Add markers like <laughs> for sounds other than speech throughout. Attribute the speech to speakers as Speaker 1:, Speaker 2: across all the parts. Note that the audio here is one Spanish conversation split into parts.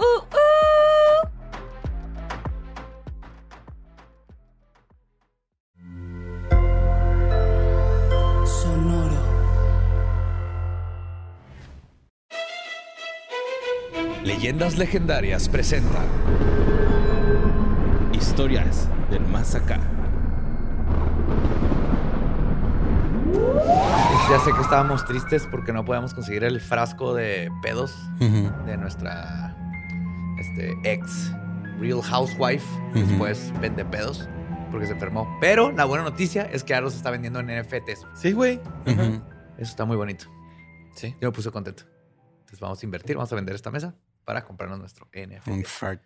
Speaker 1: Ooh, ooh.
Speaker 2: Leyendas Legendarias presenta Historias del Más Acá.
Speaker 3: Ya sé que estábamos tristes porque no podíamos conseguir el frasco de pedos de nuestra este, ex Real Housewife, después vende pedos porque se enfermó. Pero la buena noticia es que ahora los está vendiendo en NFTs.
Speaker 4: Sí, güey.
Speaker 2: Ujú.
Speaker 3: Eso está muy bonito.
Speaker 4: Sí.
Speaker 3: Yo me puse contento. Entonces vamos a invertir, vamos a vender esta mesa para comprarnos nuestro NFT.
Speaker 2: Un fart.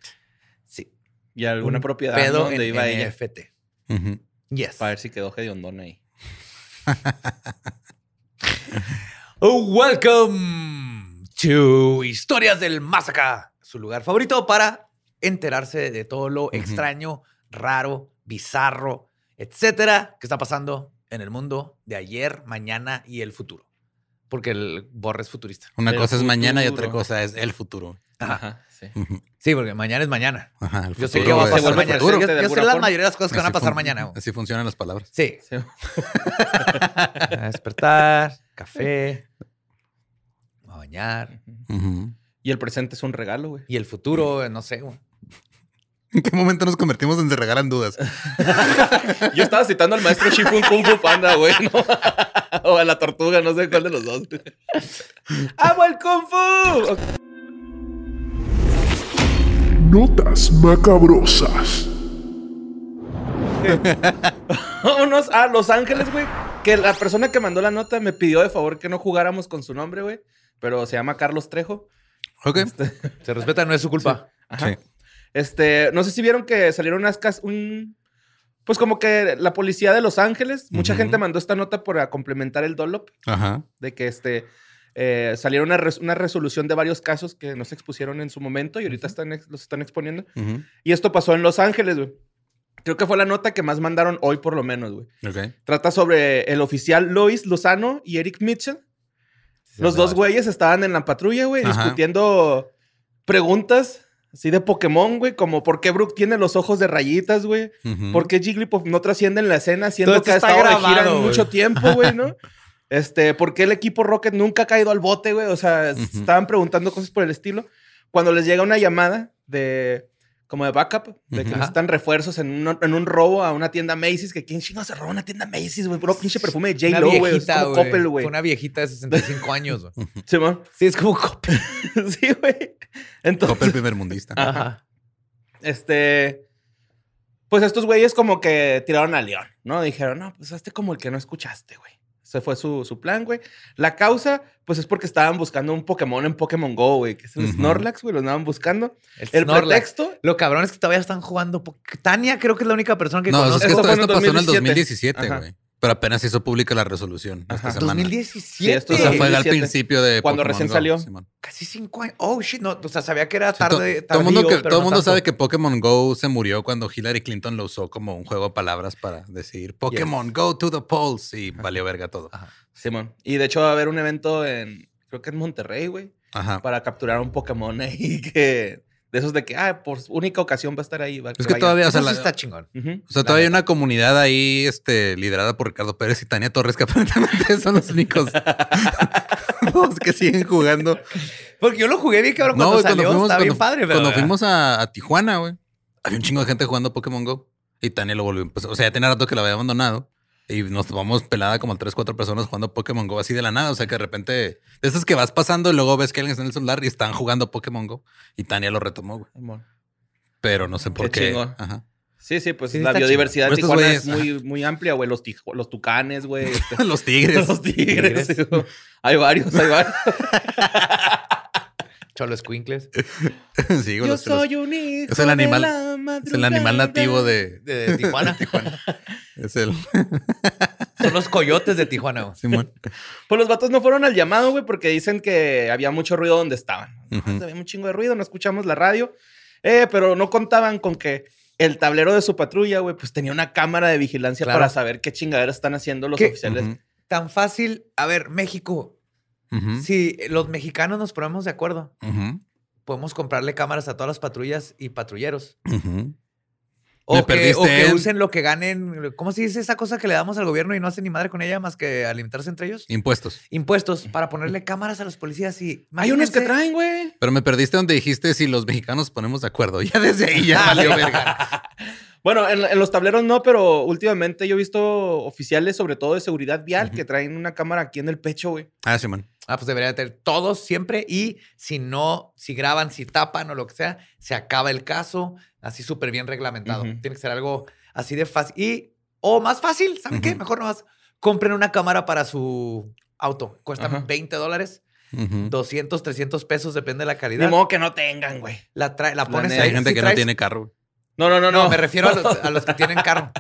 Speaker 3: Sí.
Speaker 4: Y alguna
Speaker 3: Un
Speaker 4: propiedad ¿no?
Speaker 3: Pedo
Speaker 4: donde
Speaker 3: en
Speaker 4: iba ella.
Speaker 3: NFT.
Speaker 2: Ujú.
Speaker 3: Yes.
Speaker 4: Para ver si quedó hediondona ahí.
Speaker 3: Oh, welcome to Historias del Más Acá, su lugar favorito para enterarse de todo lo extraño, raro, bizarro, etcétera, que está pasando en el mundo de ayer, mañana y el futuro. Porque el Borre es futurista.
Speaker 2: Una
Speaker 4: El
Speaker 2: cosa es mañana y
Speaker 4: futuro.
Speaker 2: otra cosa es el futuro.
Speaker 3: Ajá.
Speaker 4: Ajá, sí.
Speaker 2: Ujú.
Speaker 3: Sí, porque mañana es mañana.
Speaker 2: Ajá, el
Speaker 3: Yo sé
Speaker 2: futuro
Speaker 3: que va a
Speaker 2: es
Speaker 3: pasar
Speaker 2: el
Speaker 3: mañana.
Speaker 2: futuro.
Speaker 3: Yo,
Speaker 4: De
Speaker 3: yo sé
Speaker 4: alguna
Speaker 3: la
Speaker 4: forma.
Speaker 3: mayoría de las cosas que van a
Speaker 2: Así
Speaker 3: pasar
Speaker 2: fun-
Speaker 3: mañana.
Speaker 4: <laughs>
Speaker 3: güey.
Speaker 2: Así funcionan las palabras. <laughs>
Speaker 3: Sí.
Speaker 4: Sí.
Speaker 3: A despertar, café, a bañar.
Speaker 2: Ujú.
Speaker 4: Y el presente es un regalo, güey.
Speaker 3: Y el futuro, no sé. güey.
Speaker 2: ¿En qué momento nos convertimos en se regalan dudas?
Speaker 4: Yo estaba citando al maestro Shifun Kung Fu Panda, güey, ¿no? <laughs> O a la tortuga, no sé cuál de los dos. <laughs> ¡Amo el Kung Fu!
Speaker 5: Notas macabrosas.
Speaker 4: Vámonos a Los Ángeles, güey. Que la persona que mandó la nota me pidió de favor que no jugáramos con su nombre, güey. Pero se llama Carlos Trejo.
Speaker 2: Ok.
Speaker 3: Este, Se respeta, no es su culpa.
Speaker 4: Ajá.
Speaker 2: Sí.
Speaker 4: Este, no sé si vieron que salieron unas cas un pues como que la policía de Los Ángeles, mucha
Speaker 2: Ujú.
Speaker 4: gente mandó esta nota para complementar el dollop
Speaker 2: Ajá.
Speaker 4: de que este eh, salieron una, res- una resolución de varios casos que no se expusieron en su momento y ahorita están ex- los están exponiendo.
Speaker 2: Ujú.
Speaker 4: Y esto pasó en Los Ángeles, güey. Creo que fue la nota que más mandaron hoy por lo menos, güey.
Speaker 2: Ok.
Speaker 4: Trata sobre el oficial Lois Lozano y Eric Mitchell. Los dos güeyes estaban en la patrulla, güey,
Speaker 2: Ajá.
Speaker 4: discutiendo preguntas así de Pokémon, güey, como por qué Brook tiene los ojos de rayitas, güey.
Speaker 2: Ujú. <laughs>
Speaker 4: ¿Por qué Jigglypuff no trasciende en la escena siendo
Speaker 3: Todo
Speaker 4: que ha
Speaker 3: esto
Speaker 4: estado
Speaker 3: está
Speaker 4: de gira
Speaker 3: grabado,
Speaker 4: en
Speaker 3: güey.
Speaker 4: mucho tiempo,
Speaker 3: <laughs>
Speaker 4: güey, no? Este, ¿por qué el equipo Rocket nunca ha caído al bote, güey? O sea,
Speaker 2: Ujú.
Speaker 4: estaban preguntando cosas por el estilo. Cuando les llega una llamada de como de backup, de que
Speaker 3: Ujú.
Speaker 4: necesitan refuerzos en un, en un robo a una tienda Macy's, que quién chingados se robó una tienda Macy's, güey, puro pinche perfume de
Speaker 3: Una
Speaker 4: J-Lo, güey, es
Speaker 3: viejita,
Speaker 4: como
Speaker 3: güey.
Speaker 4: Coppel, güey.
Speaker 3: Fue una viejita de 65 años, güey.
Speaker 4: Simón.
Speaker 3: <laughs> Sí, es como Coppel.
Speaker 4: <laughs> sí, güey. Entonces,
Speaker 2: Copa el primer mundista.
Speaker 4: Ajá. este. Pues estos güeyes como que tiraron a León, ¿no? Dijeron, no, pues hazte como el que no escuchaste, güey. Ese fue su, su plan, güey. La causa, pues es porque estaban buscando un Pokémon en Pokémon Go, güey, que es el
Speaker 2: Ujú.
Speaker 4: Snorlax, güey, lo andaban buscando.
Speaker 3: El,
Speaker 4: <laughs> El
Speaker 3: Snorlax.
Speaker 4: pretexto.
Speaker 3: Lo cabrón es que todavía están jugando. po- Tania creo que es la única persona que
Speaker 2: No, es
Speaker 3: conoce.
Speaker 2: que
Speaker 4: Esto
Speaker 2: esto,
Speaker 4: fue en
Speaker 2: esto pasó en el
Speaker 4: 2017,
Speaker 2: 2017,
Speaker 4: ajá.
Speaker 2: güey. Pero apenas se hizo pública la resolución esta semana.
Speaker 3: 2017.
Speaker 4: Sí, esto
Speaker 2: O sea, fue al
Speaker 4: 2017.
Speaker 2: principio de.
Speaker 4: Cuando
Speaker 2: Pokémon
Speaker 4: recién
Speaker 2: Go,
Speaker 4: salió.
Speaker 2: Simón.
Speaker 3: Casi cinco años. Oh, shit. No, o sea, sabía que era
Speaker 2: Sí, to-
Speaker 3: tarde.
Speaker 2: todo el mundo, que-
Speaker 3: tardío, pero
Speaker 2: todo
Speaker 3: no
Speaker 2: mundo sabe
Speaker 3: tanto.
Speaker 2: que Pokémon Go se murió cuando Hillary Clinton lo usó como un juego de palabras para decir Pokémon Go to the polls y valió verga todo.
Speaker 4: Simón. Y de hecho va a haber un evento en, creo que en Monterrey, güey,
Speaker 2: Ajá.
Speaker 4: para capturar un Pokémon ahí <laughs> que... De esos de que, ah, por única ocasión va a estar ahí. va-
Speaker 2: Es que
Speaker 4: vaya.
Speaker 2: todavía, o
Speaker 3: Eso
Speaker 2: sea,
Speaker 3: Pues sí
Speaker 2: la-
Speaker 3: está chingón.
Speaker 4: Ujú.
Speaker 2: o sea, todavía hay una comunidad ahí este, liderada por Ricardo Pérez y Tania Torres que <laughs> aparentemente son los únicos <laughs> dos que siguen
Speaker 3: <laughs>
Speaker 2: jugando.
Speaker 3: Porque yo lo jugué bien, cabrón.
Speaker 2: No,
Speaker 3: Cuando
Speaker 2: güey,
Speaker 3: salió,
Speaker 2: cuando fuimos,
Speaker 3: estaba bien
Speaker 2: cuando,
Speaker 3: padre, pero.
Speaker 2: cuando fuimos a, a Tijuana, güey, había un chingo de gente jugando Pokémon Go. Y Tania lo volvió. pues, o sea, ya tenía rato que la había abandonado. Y nos tomamos pelada como tres, cuatro personas jugando Pokémon Go así de la nada. O sea, que de repente, de esas que vas pasando y luego ves que alguien está en el celular y están jugando Pokémon Go. Y Tania lo retomó, güey.
Speaker 4: Simón.
Speaker 2: Pero no sé por
Speaker 4: Qué
Speaker 2: qué.
Speaker 4: chingón.
Speaker 2: Ajá. <laughs>
Speaker 4: Sí, sí, pues
Speaker 3: Sí,
Speaker 4: la
Speaker 3: está chido.
Speaker 4: biodiversidad de
Speaker 2: Pero estos
Speaker 4: Tijuana es
Speaker 2: güeyes-
Speaker 4: muy, muy amplia, güey. Los, tij- los tucanes, güey. este,
Speaker 2: Los tigres.
Speaker 4: los tigres. güey. hay varios, hay
Speaker 2: <laughs>
Speaker 4: varios.
Speaker 3: <laughs> Cholo Squinkles.
Speaker 2: <laughs> sí, güey, los- los-
Speaker 4: un hijo
Speaker 2: es el animal-
Speaker 4: la
Speaker 2: es el animal
Speaker 4: madrugada.
Speaker 2: <laughs> nativo de,
Speaker 3: De Tijuana.
Speaker 2: Es el.
Speaker 3: Son los coyotes de Tijuana, güey.
Speaker 4: <laughs>
Speaker 2: Simón.
Speaker 4: Pues los vatos no fueron al llamado, güey, porque dicen que había mucho ruido donde estaban.
Speaker 2: Ujú.
Speaker 4: Ah, Había un chingo de ruido, no escuchamos la radio. Eh, pero no contaban con que el tablero de su patrulla, güey, pues tenía una cámara de vigilancia
Speaker 3: Claro.
Speaker 4: para saber qué chingadera están haciendo los
Speaker 3: ¿Qué?
Speaker 4: oficiales.
Speaker 3: Tan fácil. A ver, México.
Speaker 2: Ujú, ujú,
Speaker 3: Si los mexicanos nos ponemos de acuerdo,
Speaker 2: ujú,
Speaker 3: podemos comprarle cámaras a todas las patrullas y patrulleros.
Speaker 2: ujú. Me
Speaker 3: O que, o
Speaker 2: perdiste
Speaker 3: que
Speaker 2: en-
Speaker 3: usen lo que ganen. ¿Cómo se dice esa cosa que le damos al gobierno y no hacen ni madre con ella más que alimentarse entre ellos?
Speaker 2: Impuestos.
Speaker 3: Impuestos para ponerle cámaras a los policías y.
Speaker 4: Hay unos que
Speaker 3: Imagínense-
Speaker 4: traen, güey.
Speaker 2: Pero me perdiste donde dijiste si los mexicanos ponemos de acuerdo. <laughs> Ya desde ahí ya
Speaker 4: <laughs>
Speaker 2: valió verga.
Speaker 4: Bueno, en, en los tableros no, pero últimamente yo he visto oficiales, sobre todo de seguridad vial,
Speaker 2: Ujú.
Speaker 4: que traen una cámara aquí en el pecho, güey.
Speaker 2: Ah, Simón.
Speaker 3: Ah, pues debería tener todos siempre. Y si no, si graban, si tapan o lo que sea, se acaba el caso. Así súper bien reglamentado.
Speaker 4: Ujú.
Speaker 3: Tiene que ser algo así de fácil. Y, o más fácil, ¿saben qué?
Speaker 2: Ujú.
Speaker 3: Mejor nomás compren una cámara para su auto. Cuestan
Speaker 4: Ajá.
Speaker 3: 20 dólares,
Speaker 2: Ujú.
Speaker 3: 200, 300 pesos, depende de la
Speaker 4: De
Speaker 3: calidad.
Speaker 4: modo que no tengan, güey.
Speaker 3: La, trae- la pones
Speaker 4: neta.
Speaker 3: ahí.
Speaker 2: Hay gente
Speaker 3: Si
Speaker 2: que no
Speaker 3: traes-
Speaker 2: tiene carro.
Speaker 4: No, no, no,
Speaker 3: No,
Speaker 4: no. <laughs>
Speaker 3: me refiero a los, a los que tienen carro.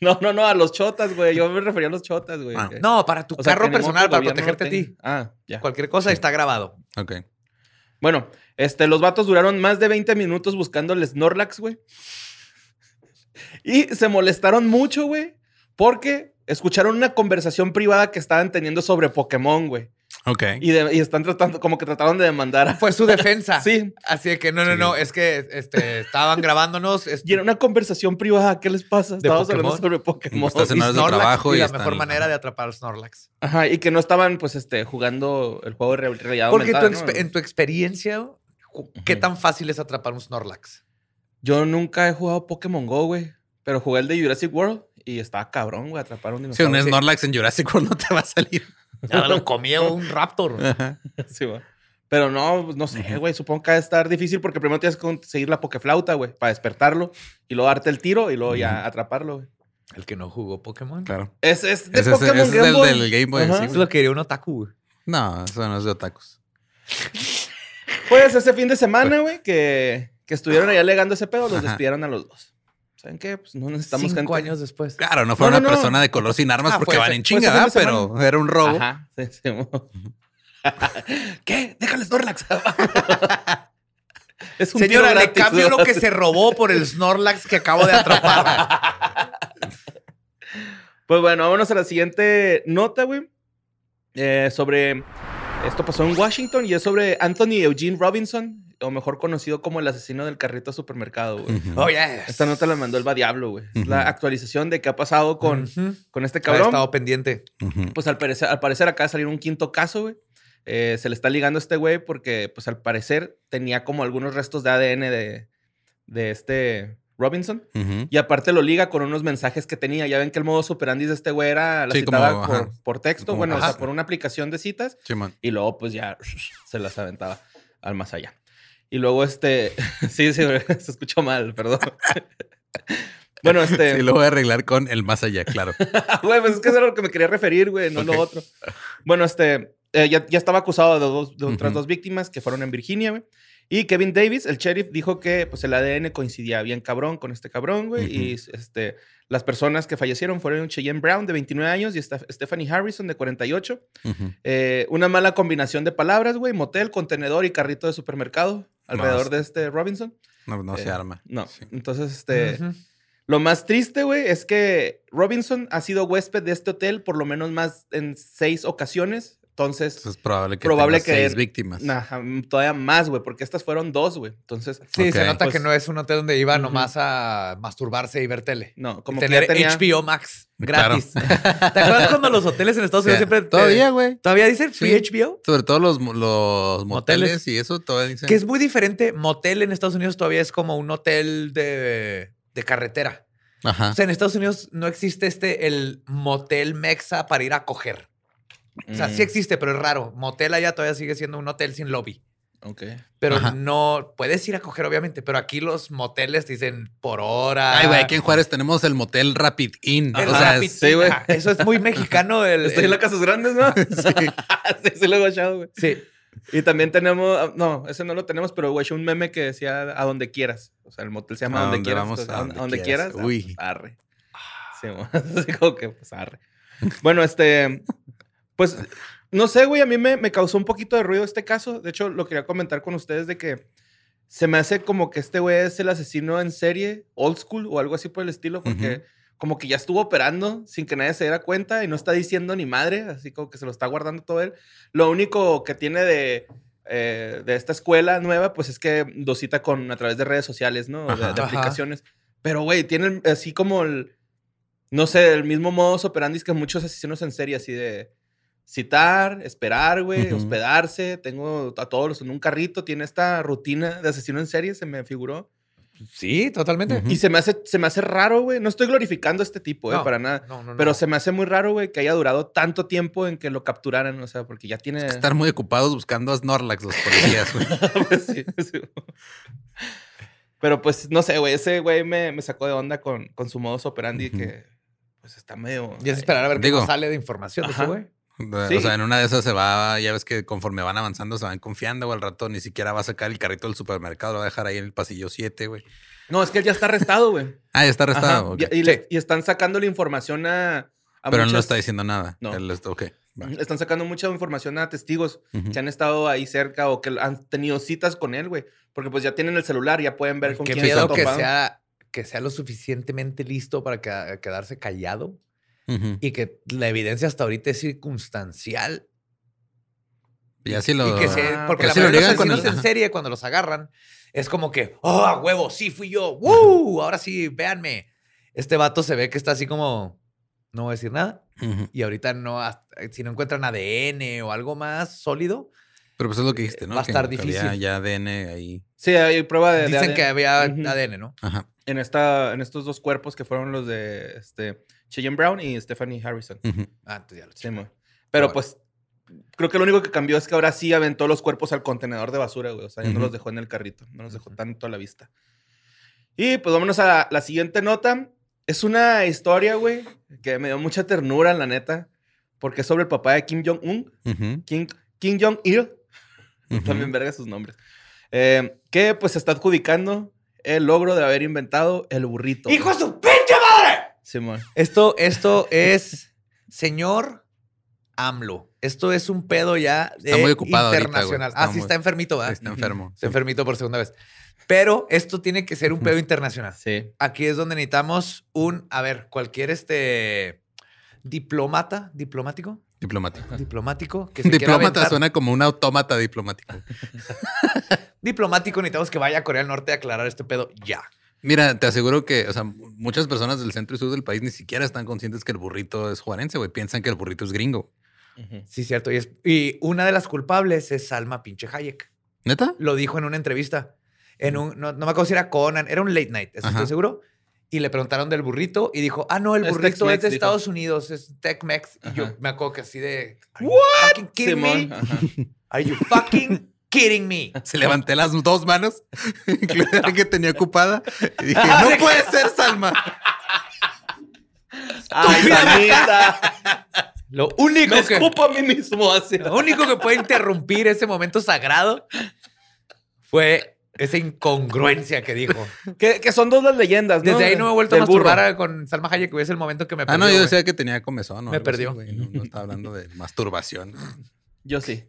Speaker 4: No, no, no, a los chotas, güey. Yo me refería a los chotas, güey.
Speaker 2: Ah,
Speaker 4: Que-
Speaker 3: No, para tu
Speaker 4: o sea,
Speaker 3: carro
Speaker 4: que ni modo que
Speaker 3: personal,
Speaker 4: el
Speaker 3: para
Speaker 4: gobierno
Speaker 3: protegerte a ti.
Speaker 4: tenga. Ah, ya.
Speaker 3: Cualquier cosa está grabado.
Speaker 2: Ok.
Speaker 4: Bueno, este, los vatos duraron más de 20 minutos buscando el Snorlax, güey. <laughs> Y se molestaron mucho, güey, porque escucharon una conversación privada que estaban teniendo sobre Pokémon, güey.
Speaker 2: Ok.
Speaker 4: Y, de- y están tratando, como que trataron de demandar a...
Speaker 3: Fue su defensa.
Speaker 4: Sí,
Speaker 3: Así de que no, no, no, es que este, estaban grabándonos. este,
Speaker 4: y era una conversación privada. ¿Qué les pasa? Estábamos hablando
Speaker 3: Pokémon?
Speaker 4: sobre Pokémon.
Speaker 2: Estás en
Speaker 3: y
Speaker 2: horas de
Speaker 3: Snorlax,
Speaker 2: trabajo
Speaker 3: y,
Speaker 2: y
Speaker 3: la
Speaker 2: están-
Speaker 3: mejor manera de atrapar a Snorlax.
Speaker 4: Ajá, y que no estaban, pues, este, jugando el juego de real- realidad
Speaker 3: Porque tu
Speaker 4: aumentada,
Speaker 3: expe-
Speaker 4: ¿no?
Speaker 3: en tu experiencia, ju- ¿qué
Speaker 4: Ujú.
Speaker 3: tan fácil es atrapar un
Speaker 4: <laughs>
Speaker 3: Snorlax?
Speaker 4: Yo nunca he jugado Pokémon GO, güey. Pero jugué el de Jurassic World y estaba cabrón, güey, atrapar un
Speaker 2: Si
Speaker 4: dinosaurio. <laughs>
Speaker 2: un Snorlax en Jurassic World no te va a salir.
Speaker 3: Ya lo comía un raptor.
Speaker 2: Ajá.
Speaker 4: Sí, güey. Pero no, pues, no sé, güey. Supongo que va a estar difícil porque primero tienes que conseguir la pokeflauta, güey, para despertarlo y luego darte el tiro y luego ya atraparlo, güey.
Speaker 3: El que no jugó Pokémon.
Speaker 2: Claro.
Speaker 4: Es, es de
Speaker 2: Ese, es-
Speaker 4: Pokémon
Speaker 2: ese es
Speaker 4: Game
Speaker 2: el
Speaker 4: Boy.
Speaker 2: del Game Boy.
Speaker 4: Ajá.
Speaker 2: sí,
Speaker 3: Eso
Speaker 2: güey.
Speaker 3: lo quería un otaku. güey.
Speaker 2: no, eso no es de otakus.
Speaker 4: Pues ese fin de semana, güey, que, que estuvieron ahí alegando ese pedo, los
Speaker 2: Ajá.
Speaker 4: despidieron a los dos. ¿Saben qué? Pues no necesitamos
Speaker 3: Cinco
Speaker 4: gente.
Speaker 3: años después.
Speaker 2: Claro, no fue
Speaker 4: No, no,
Speaker 2: una
Speaker 4: no.
Speaker 2: persona de color sin armas
Speaker 3: Ah,
Speaker 2: porque
Speaker 3: fue
Speaker 2: van
Speaker 3: ese-
Speaker 2: en
Speaker 4: fue ese
Speaker 2: chinga,
Speaker 4: fin
Speaker 2: ¿verdad?
Speaker 4: de semana.
Speaker 2: pero era un robo.
Speaker 4: Ajá. Sí, sí, mo. <laughs> ¿Qué? Déjale Snorlax. es un
Speaker 3: Señora,
Speaker 4: tiro
Speaker 3: le
Speaker 4: gratis,
Speaker 3: cambio
Speaker 4: ¿no?
Speaker 3: lo que <laughs> se robó por el Snorlax que acabo
Speaker 2: <laughs>
Speaker 3: de atrapar.
Speaker 4: Pues bueno, vámonos a la siguiente nota, güey. Eh, sobre. Esto pasó en Washington y es sobre Anthony Eugene Robinson, o mejor conocido como el asesino del carrito de supermercado,
Speaker 3: Mm.
Speaker 4: güey.
Speaker 2: Ujú.
Speaker 3: Oye.
Speaker 4: Esta nota la mandó el va diablo, güey. Es la
Speaker 2: Ujú.
Speaker 4: actualización de qué ha pasado con,
Speaker 2: Mm.
Speaker 4: con este
Speaker 3: Ha
Speaker 4: cabrón.
Speaker 3: estado pendiente.
Speaker 2: Ujú.
Speaker 4: Pues al parecer, al parecer acaba de salir un quinto caso, güey. Eh, se le está ligando a este güey porque, pues al parecer, tenía como algunos restos de ADN de, de este Robinson.
Speaker 2: Ujú.
Speaker 4: Y aparte lo liga con unos mensajes que tenía. Ya ven que el modo superandis de este güey era la
Speaker 2: Sí,
Speaker 4: citada
Speaker 2: como, ajá.
Speaker 4: por, por texto,
Speaker 2: Como,
Speaker 4: bueno, o
Speaker 2: ajá.
Speaker 4: sea, por una aplicación de citas.
Speaker 2: Simón.
Speaker 4: Y luego, pues ya <laughs> se las aventaba al más allá. Y luego, este. <laughs> sí, sí, güey, se escuchó mal, perdón. <laughs> bueno, este.
Speaker 2: Sí, lo voy a arreglar con el más allá, claro.
Speaker 4: <laughs> Güey, pues es que eso era lo que me quería referir, güey, no lo
Speaker 2: Ok.
Speaker 4: otro. Bueno, este, eh, ya, ya estaba acusado de, dos, de otras
Speaker 2: Ujú.
Speaker 4: dos víctimas que fueron en Virginia, güey. Y Kevin Davis, el sheriff, dijo que pues el ADN coincidía bien cabrón con este cabrón, güey. Y este, las personas que fallecieron fueron Cheyenne Brown, de 29 años, y esta- Stephanie Harrison, de 48.
Speaker 2: Ujú.
Speaker 4: Eh, una mala combinación de palabras, güey. Motel, contenedor y carrito de supermercado alrededor
Speaker 2: Más.
Speaker 4: de este Robinson.
Speaker 2: No, no se
Speaker 4: Eh,
Speaker 2: arma.
Speaker 4: No.
Speaker 2: Sí.
Speaker 4: Entonces, este...
Speaker 3: Ujú.
Speaker 4: Lo más triste, güey, es que Robinson ha sido huésped de este hotel por lo menos más en seis ocasiones. Entonces,
Speaker 2: Entonces es probable que
Speaker 4: Probable
Speaker 2: tenga
Speaker 4: que-
Speaker 2: seis víctimas.
Speaker 4: ajá, mm, todavía más, güey, porque estas fueron dos, güey. Entonces,
Speaker 3: Sí, se
Speaker 2: Ok.
Speaker 3: nota que
Speaker 4: Pues-
Speaker 3: no es un hotel donde iba
Speaker 4: Ujú.
Speaker 3: nomás a masturbarse y ver tele.
Speaker 4: no, como
Speaker 3: tener
Speaker 4: que ya tenía...
Speaker 3: HBO Max
Speaker 2: Claro.
Speaker 3: gratis. ¿Te acuerdas cuando los hoteles en Estados
Speaker 2: O sea,
Speaker 3: Unidos siempre te-
Speaker 2: todavía, güey.
Speaker 3: todavía dicen free
Speaker 2: Sí.
Speaker 3: HBO?
Speaker 2: Sobre todo los, mo- los moteles,
Speaker 3: Moteles.
Speaker 2: y eso todavía dicen.
Speaker 3: Que es muy diferente. Motel en Estados Unidos todavía es como un hotel de, de carretera.
Speaker 2: Ajá.
Speaker 3: O sea, en Estados Unidos no existe este el motel mexa para ir a coger. O sea,
Speaker 4: Mm,
Speaker 3: sí existe, pero es raro. Motel allá todavía sigue siendo un hotel sin lobby.
Speaker 4: ok.
Speaker 3: Pero
Speaker 2: Ajá.
Speaker 3: no puedes ir a coger, obviamente. Pero aquí los moteles te dicen por hora.
Speaker 2: Ay, güey, aquí en Juárez tenemos el motel Rapid Inn.
Speaker 3: El
Speaker 2: o sea,
Speaker 3: Rapid
Speaker 2: es-
Speaker 4: sí, güey.
Speaker 3: Ajá, Eso es muy mexicano. El,
Speaker 4: Estoy en
Speaker 3: el-
Speaker 4: las Casas Grandes, ¿no? <laughs> sí. sí, sí lo he guachado, güey.
Speaker 3: Sí.
Speaker 4: <laughs> Y también tenemos... ah, No, ese no lo tenemos, pero güey, un meme que decía a donde quieras. O sea, el motel se llama
Speaker 2: A
Speaker 4: a donde
Speaker 2: donde
Speaker 4: quieras. pues, entonces,
Speaker 2: vamos, a
Speaker 4: a
Speaker 2: donde
Speaker 4: donde
Speaker 2: quieras.
Speaker 4: quieras. ah, <laughs>
Speaker 2: Uy.
Speaker 4: pues, arre. Sí, mo- así como que, pues, arre. Bueno, este, pues, no sé, güey, a mí me, me causó un poquito de ruido este caso. De hecho, lo quería comentar con ustedes de que se me hace como que este güey es el asesino en serie, old school o algo así por el estilo, porque
Speaker 2: Ujú.
Speaker 4: como que ya estuvo operando sin que nadie se diera cuenta y no está diciendo ni madre, así como que se lo está guardando todo él. Lo único que tiene de... eh, de esta escuela nueva, pues es que dosita con a través de redes sociales, ¿no? De-
Speaker 2: Ajá.
Speaker 4: de
Speaker 3: Ajá.
Speaker 4: aplicaciones. Pero, güey, tienen así como el, no sé, el mismo modus operandi que muchos asesinos en serie, así de citar, esperar, güey,
Speaker 2: Ujú.
Speaker 4: hospedarse. Tengo a todos los en un carrito. Tiene esta rutina de asesino en serie, se me figuró.
Speaker 3: Sí, totalmente.
Speaker 2: Ujú.
Speaker 4: Y se me hace, se me hace raro, güey. No estoy glorificando a este tipo, eh,
Speaker 3: No,
Speaker 4: para nada.
Speaker 3: No, no, no.
Speaker 4: Pero se me hace muy raro, güey, que haya durado tanto tiempo en que lo capturaran, o sea, porque ya tiene...
Speaker 2: Estar muy ocupados buscando a Snorlax los policías, güey.
Speaker 4: <laughs> Pues sí, sí. Pero pues no sé, güey. Ese güey me, me sacó de onda con, con su modus operandi
Speaker 2: Ujú.
Speaker 4: que pues está medio.
Speaker 3: Y es esperar a ver
Speaker 2: Digo.
Speaker 3: qué nos sale de información de ese
Speaker 4: Ajá.
Speaker 3: güey.
Speaker 4: Sí.
Speaker 2: O sea, en una de esas se va, ya ves que conforme van avanzando se van confiando, o al rato ni siquiera va a sacar el carrito del supermercado, lo va a dejar ahí en el pasillo 7, güey.
Speaker 4: No, es que él ya está arrestado, güey.
Speaker 2: Ah, ya está
Speaker 4: Ajá,
Speaker 2: arrestado. ok.
Speaker 4: ya- Y, le- y están sacando la información a. a
Speaker 2: Pero él no
Speaker 4: muchas-
Speaker 2: está diciendo nada.
Speaker 4: No.
Speaker 2: Él está- ok, va.
Speaker 4: Le Están sacando mucha información a testigos
Speaker 2: Ujú.
Speaker 4: que han estado ahí cerca o que han tenido citas con él, güey. Porque pues ya tienen el celular, ya pueden ver con
Speaker 3: Qué
Speaker 4: quién se ha
Speaker 3: miedo que
Speaker 4: topado.
Speaker 3: sea, que sea lo suficientemente listo para que- quedarse callado
Speaker 2: Ujú.
Speaker 3: y que la evidencia hasta ahorita es circunstancial.
Speaker 2: Y así lo.
Speaker 3: Y que se,
Speaker 4: Ah,
Speaker 3: porque
Speaker 2: pues
Speaker 3: la
Speaker 2: sí lo
Speaker 3: mayoría de los
Speaker 2: ligan con
Speaker 3: asesinos
Speaker 2: el-
Speaker 3: en serie, cuando los agarran, es como que, oh, a huevo, sí fui yo, ¡Woo! ahora sí, véanme. Este vato se ve que está así como, no voy a decir nada.
Speaker 2: Ujú.
Speaker 3: Y ahorita no, hasta- eh, si no encuentran ADN o algo más sólido,
Speaker 2: Pero pues es lo que dijiste, ¿no?
Speaker 3: Va a
Speaker 2: Que
Speaker 3: estar
Speaker 2: había
Speaker 3: difícil.
Speaker 2: Ya ADN ahí.
Speaker 4: Sí, hay prueba de. de
Speaker 3: dicen
Speaker 4: ADN.
Speaker 3: que había
Speaker 4: Ujú.
Speaker 3: ADN, ¿no?
Speaker 2: Ajá.
Speaker 4: En, esta, en estos dos cuerpos que fueron los de este, Cheyenne Brown y Stephanie Harrison.
Speaker 2: Ujú.
Speaker 3: Ah, entonces ya lo
Speaker 4: Sí,
Speaker 3: chequé.
Speaker 4: mo. Pero
Speaker 2: Ahora.
Speaker 4: pues creo que lo único que cambió es que ahora sí aventó los cuerpos al contenedor de basura, güey. O sea, ya no
Speaker 2: Ujú.
Speaker 4: los dejó en el carrito, no los dejó
Speaker 3: Ujú.
Speaker 4: tanto a la vista. Y pues vámonos a la, la siguiente nota. Es una historia, güey, que me dio mucha ternura, la neta, porque es sobre el papá de Kim Jong-un,
Speaker 2: Ujú.
Speaker 4: Kim, Kim Jong-il,
Speaker 2: Ujú.
Speaker 4: también verga sus nombres, eh, que pues se está adjudicando el logro de haber inventado el burrito.
Speaker 3: ¡Hijo
Speaker 4: güey.
Speaker 3: de su pinche madre!
Speaker 4: Simón.
Speaker 3: Esto, <laughs> esto es, señor AMLO. Esto es un pedo ya de
Speaker 2: Está muy ocupado ahorita, güey.
Speaker 3: internacional.
Speaker 2: Está
Speaker 3: ah, sí,
Speaker 2: muy-
Speaker 3: está enfermito, ¿verdad?
Speaker 2: Está enfermo.
Speaker 3: Se enfermito por segunda vez. Pero esto tiene que
Speaker 2: <laughs>
Speaker 3: ser un pedo internacional.
Speaker 4: Sí.
Speaker 3: Aquí es donde necesitamos un, a ver, cualquier este diplomata, diplomático,
Speaker 2: Diplomático.
Speaker 4: Ah.
Speaker 2: <laughs>
Speaker 3: diplomático.
Speaker 4: <laughs>
Speaker 3: Que se quiera
Speaker 2: Diplomata
Speaker 3: aventar.
Speaker 2: suena como un autómata diplomático.
Speaker 3: Diplomático, necesitamos que vaya a Corea del Norte a aclarar este pedo ya.
Speaker 2: Mira, te aseguro que, o sea, muchas personas del centro y sur del país ni siquiera están conscientes que el burrito es juarense, güey. Piensan que el burrito es gringo.
Speaker 4: Ujú.
Speaker 3: Sí, cierto. Y, es- y una de las culpables es Salma pinche Hayek.
Speaker 2: ¿Neta?
Speaker 3: lo dijo en una entrevista. En
Speaker 4: Mm.
Speaker 3: un, no, no me acuerdo si era Conan, era un late night, eso
Speaker 2: Ajá.
Speaker 3: estoy seguro. Y le preguntaron del burrito y dijo, ah, no, el
Speaker 4: Es
Speaker 3: burrito es,
Speaker 4: Tex-Mex,
Speaker 3: de
Speaker 4: dijo.
Speaker 3: Estados Unidos, es Tex-Mex. Y yo
Speaker 4: Ajá.
Speaker 3: me acuerdo que así de, ¿Are you fucking kidding
Speaker 4: Simón.
Speaker 3: me?
Speaker 4: ajá.
Speaker 3: ¿Are you fucking kidding
Speaker 4: <laughs>
Speaker 3: me?
Speaker 2: Se levanté las dos manos <laughs> que tenía ocupada y dije, no puede ser, Salma.
Speaker 4: ¡Ay, mamita!
Speaker 3: Lo único,
Speaker 4: Me
Speaker 3: que,
Speaker 4: escupo a mí mismo así.
Speaker 3: lo único que puede interrumpir ese momento sagrado fue esa incongruencia que dijo.
Speaker 4: Que, que son dos las leyendas, ¿no?
Speaker 3: Desde ahí no me he vuelto a
Speaker 4: Del burro.
Speaker 3: masturbar a- con Salma Hayek, que es el momento que me
Speaker 2: Ah, no,
Speaker 3: perdió,
Speaker 2: yo
Speaker 3: güey.
Speaker 2: decía que tenía comezón. o
Speaker 3: Me
Speaker 2: algo así,
Speaker 3: perdió.
Speaker 2: güey. No, no estaba hablando de masturbación.
Speaker 4: Yo sí.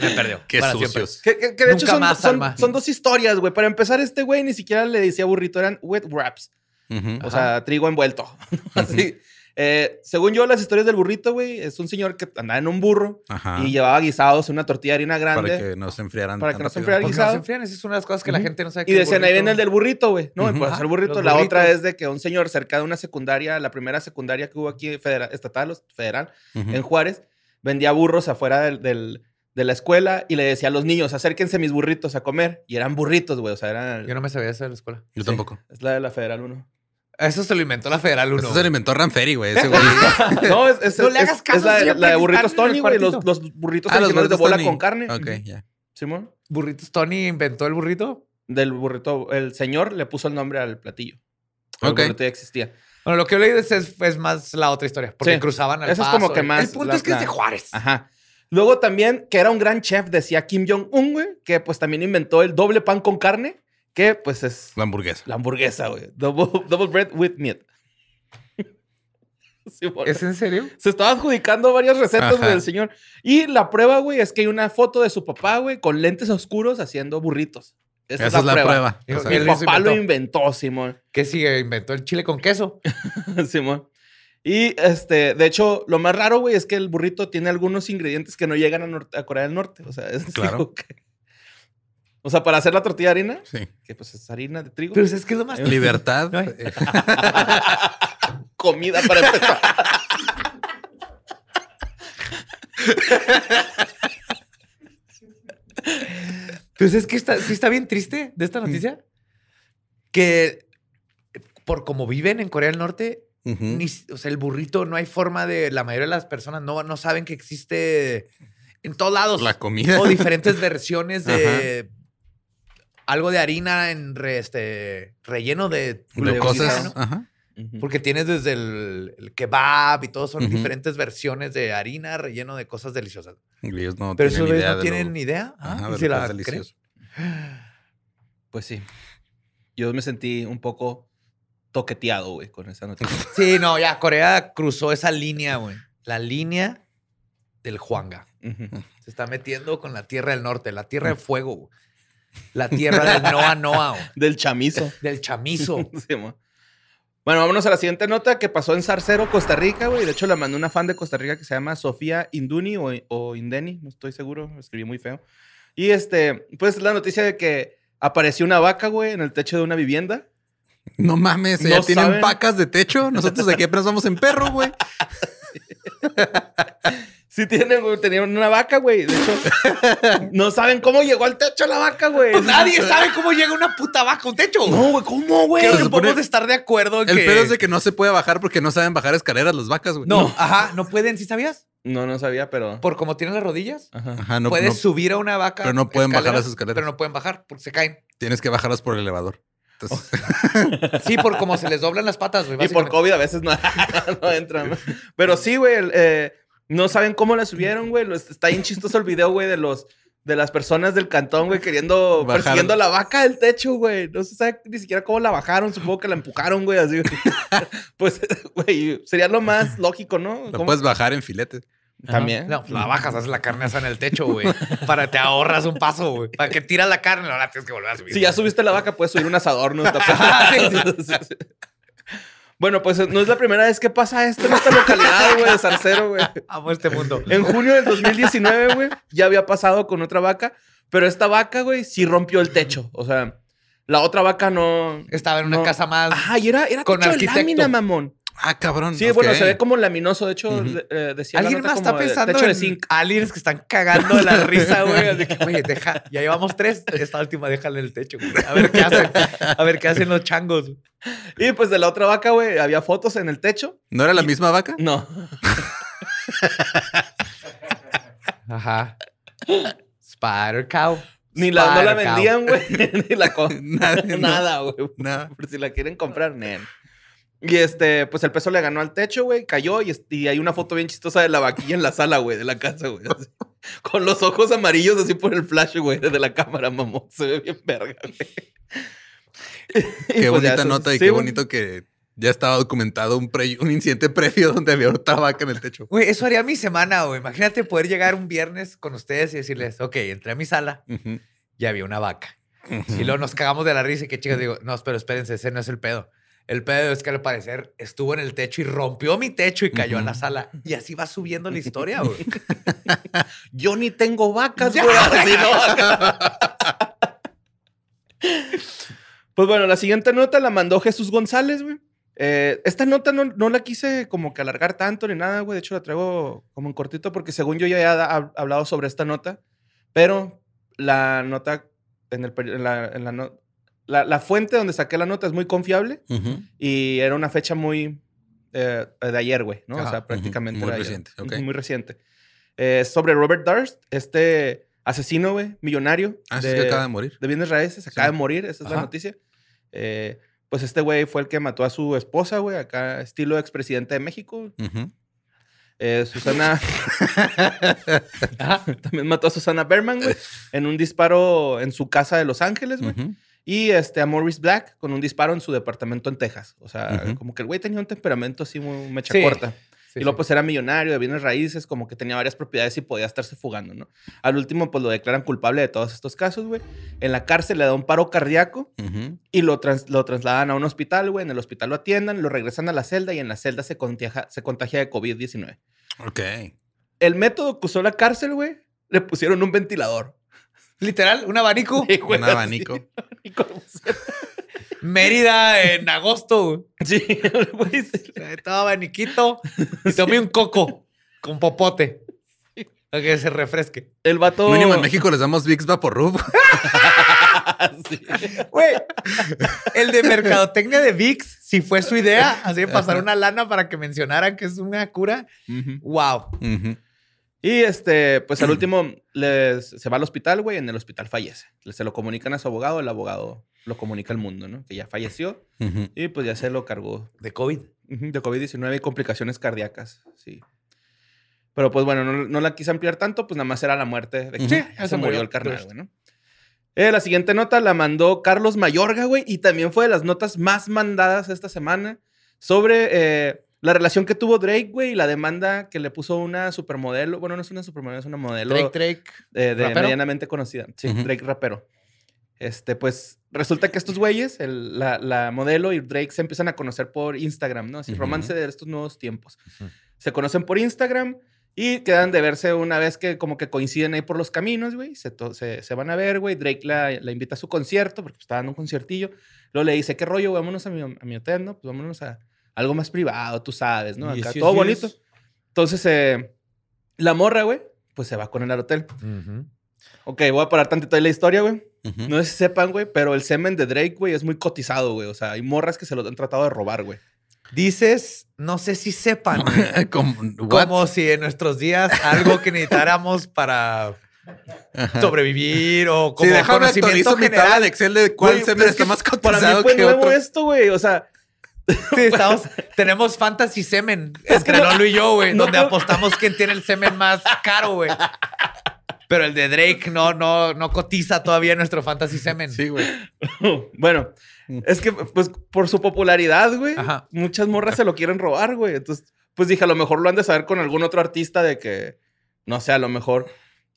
Speaker 3: me perdió.
Speaker 2: Qué
Speaker 3: para siempre.
Speaker 2: sucios.
Speaker 4: Que, que- que de hecho
Speaker 3: Nunca
Speaker 4: son,
Speaker 3: más,
Speaker 4: son-
Speaker 3: Alma.
Speaker 4: son dos historias, güey. Para empezar, este güey ni siquiera le decía burrito, eran wet wraps.
Speaker 2: Ujú.
Speaker 4: O sea, trigo envuelto. <laughs> Así. Eh, según yo, las historias del burrito, güey, es un señor que andaba en un burro
Speaker 2: Ajá.
Speaker 4: y llevaban guisados en una tortilla de harina grande.
Speaker 2: para que no se enfriaran.
Speaker 4: para
Speaker 2: tan
Speaker 4: que no se
Speaker 2: rápido.
Speaker 4: enfriara.
Speaker 3: Porque no se
Speaker 4: guisado.
Speaker 3: enfrían, esa es una de las cosas que la
Speaker 4: Ujú.
Speaker 3: gente no sabe. que
Speaker 4: Y
Speaker 3: el
Speaker 4: decían, ahí
Speaker 3: burrito-
Speaker 4: viene el del burrito, güey. No,
Speaker 2: Ujú.
Speaker 4: por eso el burrito.
Speaker 3: los
Speaker 4: La otra
Speaker 3: burritos.
Speaker 4: es de que un señor cerca de una secundaria, la primera secundaria que hubo aquí federal, estatal, o federal,
Speaker 2: Ujú.
Speaker 4: en Juárez, vendía burros afuera del, del- de la escuela y le decía a los niños, acérquense mis burritos a comer. Y eran burritos, güey. O sea, eran...
Speaker 3: Yo no me sabía esa de la escuela.
Speaker 2: Yo tampoco.
Speaker 4: Es la de la Federal 1.
Speaker 3: Eso se lo inventó la Federal 1.
Speaker 2: Eso se lo inventó Ranferi, güey. Ese güey.
Speaker 4: <laughs> no, es, es,
Speaker 3: No le
Speaker 4: es-
Speaker 3: hagas
Speaker 4: es
Speaker 3: caso,
Speaker 4: la, de-
Speaker 3: siempre
Speaker 4: la de
Speaker 3: están
Speaker 4: burritos
Speaker 3: en el
Speaker 4: Tony, güey. Los,
Speaker 3: cuartito.
Speaker 4: los burritos
Speaker 2: Ah, los
Speaker 4: originales de
Speaker 2: burritos
Speaker 4: bola
Speaker 2: Tony.
Speaker 4: con carne.
Speaker 2: Ok,
Speaker 4: Ujú.
Speaker 2: ya.
Speaker 4: Simón.
Speaker 3: Burritos Tony inventó el burrito.
Speaker 4: Del burrito, el señor le puso el nombre al platillo. El
Speaker 2: Ok.
Speaker 4: burrito ya existía.
Speaker 3: Bueno, lo que yo leí de ese es, es más la otra historia. Porque
Speaker 4: Sí.
Speaker 3: cruzaban al
Speaker 4: Eso es
Speaker 3: paso.
Speaker 4: como que
Speaker 3: El-
Speaker 4: más
Speaker 3: El punto
Speaker 4: la-
Speaker 3: es que es de
Speaker 4: la-
Speaker 3: Juárez.
Speaker 4: Ajá. Luego también, que era un gran chef, decía Kim Jong-un, güey, que pues también inventó el doble pan con carne, que pues es
Speaker 2: La hamburguesa. <laughs>
Speaker 4: la hamburguesa, güey. Double, double bread with meat. Simón.
Speaker 6: ¿Es en serio?
Speaker 4: Se estaba adjudicando varias recetas,
Speaker 2: Ajá.
Speaker 4: güey, del señor. Y la prueba, güey, es que hay una foto de su papá, güey, con lentes oscuros haciendo burritos.
Speaker 2: Esa, es la prueba.
Speaker 6: prueba.
Speaker 2: O
Speaker 6: Y
Speaker 2: sea,
Speaker 4: Mi
Speaker 6: él los
Speaker 4: papá lo
Speaker 6: inventó.
Speaker 4: inventó, Simón. <laughs>
Speaker 6: ¿Qué sigue? ¿Inventó el chile con queso?
Speaker 4: Simón. Y este, de hecho, lo más raro, güey, es que el burrito tiene algunos ingredientes que no llegan a, Nor- a Corea del Norte. O sea, <laughs> es
Speaker 2: Claro.
Speaker 4: digo que- O sea, para hacer la tortilla de harina,
Speaker 2: <laughs> sí.
Speaker 4: que pues es harina de trigo,
Speaker 3: Pero es que es lo más.
Speaker 2: Libertad.
Speaker 3: No hay-
Speaker 2: eh,
Speaker 4: comida para empezar.
Speaker 2: <laughs>
Speaker 3: Pues es que está, sí está bien triste de
Speaker 2: Mm.
Speaker 3: esta noticia. Que por como viven en Corea del Norte,
Speaker 2: ujú.
Speaker 3: ni s- o sea, el burrito no hay forma de. La mayoría de las personas no, no saben que existe en todos lados.
Speaker 2: La comida.
Speaker 3: O
Speaker 2: <laughs>
Speaker 3: diferentes versiones de algo de harina en re- este, relleno de
Speaker 2: de
Speaker 3: cosas.
Speaker 2: cosas. Ajá.
Speaker 3: Porque tienes desde el, el kebab y todo, son
Speaker 2: Ujú.
Speaker 3: diferentes versiones de harina relleno de cosas deliciosas.
Speaker 2: Y ellos no
Speaker 3: Pero esos
Speaker 2: tienen
Speaker 3: güeyes
Speaker 2: idea
Speaker 3: no
Speaker 2: de
Speaker 3: tienen
Speaker 2: lo-
Speaker 3: ni idea. Ah,
Speaker 2: Ajá,
Speaker 3: ¿y
Speaker 2: de
Speaker 3: si
Speaker 2: lo que
Speaker 3: la
Speaker 2: es
Speaker 3: creen?
Speaker 2: delicioso.
Speaker 4: Pues sí. Yo me sentí un poco toqueteado, güey, con esa noticia.
Speaker 3: <laughs> Sí, no, ya Corea cruzó esa línea, güey. La línea del Juanga.
Speaker 4: Ujú.
Speaker 3: Se está metiendo con la Tierra del Norte, la Tierra de Fuego, güey. la Tierra del Noa Noa, güey.
Speaker 4: Del chamizo. <laughs>
Speaker 3: del chamizo.
Speaker 4: Sí, mo. bueno, vámonos a la siguiente nota que pasó en Sarcero, Costa Rica, güey. De hecho, la mandó una fan de Costa Rica que se llama Sofía Induni o, o Indeni, no estoy seguro, escribí muy feo. Y este, pues la noticia de que apareció una vaca, güey, en el techo de una vivienda.
Speaker 2: No mames, ya
Speaker 4: No
Speaker 2: tienen
Speaker 4: saben.
Speaker 2: vacas de techo. Nosotros aquí apenas vamos en perro, güey.
Speaker 4: Sí, tienen, güey, tenían una vaca, güey. De hecho, no saben cómo llegó al techo la vaca, güey.
Speaker 3: Nadie sabe cómo llega una puta vaca a un techo.
Speaker 4: No, güey, ¿cómo, güey?
Speaker 3: Creo
Speaker 2: se
Speaker 3: que
Speaker 2: supone-
Speaker 3: podemos estar de acuerdo en
Speaker 2: El
Speaker 3: que...
Speaker 2: pedo es de que no se puede bajar porque no saben bajar escaleras las vacas, güey.
Speaker 3: No, ajá, no pueden, ¿sí sabías?
Speaker 4: No, no sabía, pero.
Speaker 3: Por como tienen las rodillas,
Speaker 4: Ajá.
Speaker 2: Ajá, Ah, no,
Speaker 3: puedes
Speaker 2: no-
Speaker 3: subir a una vaca.
Speaker 2: pero no pueden bajar
Speaker 3: escaleras,
Speaker 2: las escaleras.
Speaker 3: Pero no pueden bajar porque se caen.
Speaker 2: tienes que bajarlas por el elevador. Entonces,
Speaker 3: Sí, por como se les doblan las patas, güey.
Speaker 4: Y por
Speaker 3: básicamente.
Speaker 4: COVID a veces no, <laughs> no entran. ¿no? Pero sí, güey. el, eh, no saben cómo la subieron, güey. Los- Está bien chistoso el video, güey, de los de las personas del cantón, güey, queriendo,
Speaker 2: Bajar.
Speaker 4: persiguiendo la vaca del techo, güey. No se sabe ni siquiera cómo la bajaron. Supongo que la empujaron, güey, así. güey. <laughs> pues, güey, sería lo más lógico, ¿no?
Speaker 2: <laughs>
Speaker 4: <laughs>
Speaker 2: lo
Speaker 4: ¿Cómo?
Speaker 2: puedes bajar en filete.
Speaker 4: También.
Speaker 3: No, la bajas, haces la carne asada en el techo, <laughs> güey. Para te ahorras un paso, güey. Para que tiras la carne, ahora tienes que volver a subir.
Speaker 4: Si ya subiste la vaca, puedes subir un asador, ¿no? <laughs> Está perfecto. Bueno, pues no es la primera vez que pasa esto en esta localidad, güey, de Zarcero, güey.
Speaker 3: Amo este mundo.
Speaker 4: En junio del 2019, güey, ya había pasado con otra vaca, pero esta vaca, güey, sí rompió el techo. O sea, la otra vaca no.
Speaker 3: Estaba en una
Speaker 4: No.
Speaker 3: casa más.
Speaker 4: Ajá, y era, era
Speaker 3: Con
Speaker 4: techo de
Speaker 3: arquitecto.
Speaker 4: lámina, mamón.
Speaker 2: Ah, cabrón.
Speaker 4: Sí,
Speaker 2: ok.
Speaker 4: bueno, se ve como laminoso. De hecho,
Speaker 2: Ujú.
Speaker 4: de- eh, decía. la
Speaker 3: Alguien
Speaker 4: nota
Speaker 3: más está
Speaker 4: como de
Speaker 3: pensando
Speaker 4: Techo de
Speaker 3: en
Speaker 4: zinc.
Speaker 3: aliens que están cagando de la risa, <laughs> güey. De que, güey, deja, ya llevamos tres. Esta última, déjala en el techo, güey. A ver qué hacen. A ver qué hacen los changos.
Speaker 4: Y pues de la otra vaca, güey, había fotos en el techo.
Speaker 2: ¿No era la misma vaca?
Speaker 4: No.
Speaker 3: Ajá. Spider cow.
Speaker 4: Ni la, no la
Speaker 3: Spider cow.
Speaker 4: vendían, güey. <laughs> ni la
Speaker 3: <laughs>
Speaker 4: co-
Speaker 2: Nadie, no.
Speaker 4: Nada, güey.
Speaker 2: Nada.
Speaker 4: <laughs> Por si la quieren comprar, nen. Y este, pues el peso le ganó al techo, güey. Cayó y, este, y hay una foto bien chistosa de la vaquilla en la sala, güey, de la casa, güey. así. <laughs> Con los ojos amarillos así por el flash, güey, de la cámara, mamón. Se ve bien verga, güey. <laughs> Y pues
Speaker 2: Qué
Speaker 4: ya
Speaker 2: bonita
Speaker 4: eso-
Speaker 2: nota y
Speaker 4: sí,
Speaker 2: qué
Speaker 4: güey.
Speaker 2: bonito que ya estaba documentado un, pre- un incidente <laughs> previo donde había otra vaca en el techo.
Speaker 3: Güey, eso haría mi semana, güey. Imagínate poder llegar un viernes con ustedes y decirles, ok, entré a mi sala
Speaker 2: Ujú.
Speaker 3: y había una vaca. Y luego nos cagamos de la risa y que chicas digo, no, pero espérense, ese no es el pedo. El pedo es que al parecer estuvo en el techo y rompió mi techo y cayó a la
Speaker 2: Ujú.
Speaker 3: sala. Y así va subiendo la historia, güey.
Speaker 4: Yo ni tengo <laughs> vacas,
Speaker 3: Ya.
Speaker 4: güey. Así, ¿no? pues bueno, la siguiente nota la mandó Jesús González, güey. Eh, esta nota no, no la quise como que alargar tanto ni nada, güey. De hecho, la traigo como en cortito porque según yo ya he ha- hablado sobre esta nota. Pero la nota en, el, peri- en la, en la no- la- la fuente donde saqué la nota es muy confiable
Speaker 2: Ujú.
Speaker 4: y era una fecha muy eh, de ayer, güey, ¿no? o
Speaker 3: Ajá,
Speaker 4: sea, prácticamente
Speaker 2: ujú, muy
Speaker 4: de ayer.
Speaker 2: reciente, ok.
Speaker 4: Ujú, Muy reciente. Eh, sobre Robert Durst, este asesino, güey, millonario
Speaker 2: Ah, sí,
Speaker 4: de,
Speaker 2: es que acaba de morir.
Speaker 4: de bienes raíces, acaba
Speaker 2: Sí.
Speaker 4: de morir, esa es la
Speaker 2: Ajá.
Speaker 4: noticia. Eh, pues este güey fue el que mató a su esposa, güey, acá estilo expresidente de México.
Speaker 2: Ujú.
Speaker 4: Eh,
Speaker 2: <laughs>
Speaker 4: Susana... <laughs> Ajá, También mató a Susana Berman, güey, en un disparo en su casa de Los Ángeles, güey.
Speaker 2: Ujú.
Speaker 4: Y este, a Morris Black con un disparo en su departamento en Texas. O sea,
Speaker 2: Ujú.
Speaker 4: como que el güey tenía un temperamento así muy mecha
Speaker 3: Sí.
Speaker 4: corta.
Speaker 6: Sí,
Speaker 4: y luego
Speaker 6: sí.
Speaker 4: pues era millonario, de bienes raíces, como que tenía varias propiedades y podía estarse fugando, ¿no? Al último pues lo declaran culpable de todos estos casos, güey. En la cárcel le da un paro cardíaco
Speaker 2: Ujú.
Speaker 4: y lo, trans- lo trasladan a un hospital, güey. En el hospital lo atiendan, lo regresan a la celda y en la celda se contagia, se contagia de COVID-19.
Speaker 2: Ok.
Speaker 4: El método que usó la cárcel, güey, le pusieron un ventilador.
Speaker 3: Literal, un abanico.
Speaker 4: Sí, güey,
Speaker 2: Un
Speaker 4: así.
Speaker 2: abanico.
Speaker 4: Y con-
Speaker 3: Mérida en agosto.
Speaker 4: Sí, el
Speaker 3: <laughs>
Speaker 4: güey se-
Speaker 3: güey. Todo abaniquito. Y tomé un coco con popote. Para que se refresque.
Speaker 4: el vato...
Speaker 2: Mínimo en México les damos
Speaker 4: <laughs>
Speaker 2: Vicks Vaporub.
Speaker 4: Sí.
Speaker 3: Güey, el de mercadotecnia de VIX, si fue su idea, así de pasar una lana para que mencionaran que es una cura. Wow.
Speaker 2: Ujú.
Speaker 4: Y este, pues al último les- se va al hospital, güey, en el hospital fallece. Se lo comunican a su abogado, el abogado lo comunica al mundo, ¿no? Que ya falleció
Speaker 2: Ujú.
Speaker 4: y pues ya se lo cargó
Speaker 3: De COVID.
Speaker 4: ujú, de COVID-19 y complicaciones cardíacas, sí. Pero pues bueno, no, no la quise ampliar tanto, pues nada más era la muerte de que
Speaker 2: Ujú.
Speaker 4: ya se, murió pues. el carnal,
Speaker 3: Rest.
Speaker 4: güey, ¿no? Eh, la siguiente nota la mandó Carlos Mayorga, güey, y también fue de las notas más mandadas esta semana sobre eh, la relación que tuvo Drake, güey, y la demanda que le puso una supermodelo. Bueno, no es una supermodelo, es una modelo
Speaker 3: Drake, Drake.
Speaker 4: eh, de
Speaker 3: ¿Rapero?
Speaker 4: medianamente conocida. Sí,
Speaker 2: Ujú.
Speaker 4: Drake rapero. Este, pues resulta que estos güeyes, el- la, la modelo y Drake se empiezan a conocer por Instagram, ¿no? Así,
Speaker 2: Ujú.
Speaker 4: romance de estos nuevos tiempos. Se conocen por Instagram y quedan de verse una vez que como que coinciden ahí por los caminos, güey. Se, to- se, se van a ver, güey. Drake la, la invita a su concierto porque está dando un conciertillo. Luego le dice, ¿qué rollo? güey? Vámonos a mi, a mi hotel, ¿no? Pues vámonos a algo más privado, tú sabes, ¿no?
Speaker 6: Yes,
Speaker 4: Acá,
Speaker 6: yes,
Speaker 4: todo
Speaker 6: yes.
Speaker 4: bonito. Entonces, eh, la morra, güey, pues se va con él al hotel. Ok, voy a parar tantito ahí la historia, güey.
Speaker 2: Ujú.
Speaker 4: No sé si sepan, güey, pero el semen de Drake, güey, es muy cotizado, güey. O sea, hay morras que se lo han tratado de robar, güey.
Speaker 3: Dices, no sé si sepan.
Speaker 2: <laughs> Como, what?
Speaker 3: Como si en nuestros días algo que necesitáramos para sobrevivir o como conocimiento general.
Speaker 2: de Excel de cuál
Speaker 4: Güey,
Speaker 2: semen
Speaker 4: pero es
Speaker 2: está
Speaker 4: que
Speaker 2: más
Speaker 4: Para
Speaker 2: cotizado
Speaker 4: mí fue
Speaker 2: que
Speaker 4: nuevo
Speaker 2: otro.
Speaker 4: esto, güey. O sea,
Speaker 2: <laughs>
Speaker 3: <laughs> Sí, estamos- tenemos fantasy semen entre Lolo y yo, güey,
Speaker 4: no
Speaker 3: donde
Speaker 4: creo-
Speaker 3: apostamos quién tiene el semen más caro, güey. Pero el de Drake no, no, no cotiza todavía nuestro fantasy semen.
Speaker 2: Sí, güey.
Speaker 4: bueno,
Speaker 2: Mm.
Speaker 4: es que, pues, por su popularidad, güey,
Speaker 3: Ajá.
Speaker 4: muchas morras se lo quieren robar, güey. Entonces, pues dije, a lo mejor lo han de saber con algún otro artista de que, no sé, a lo mejor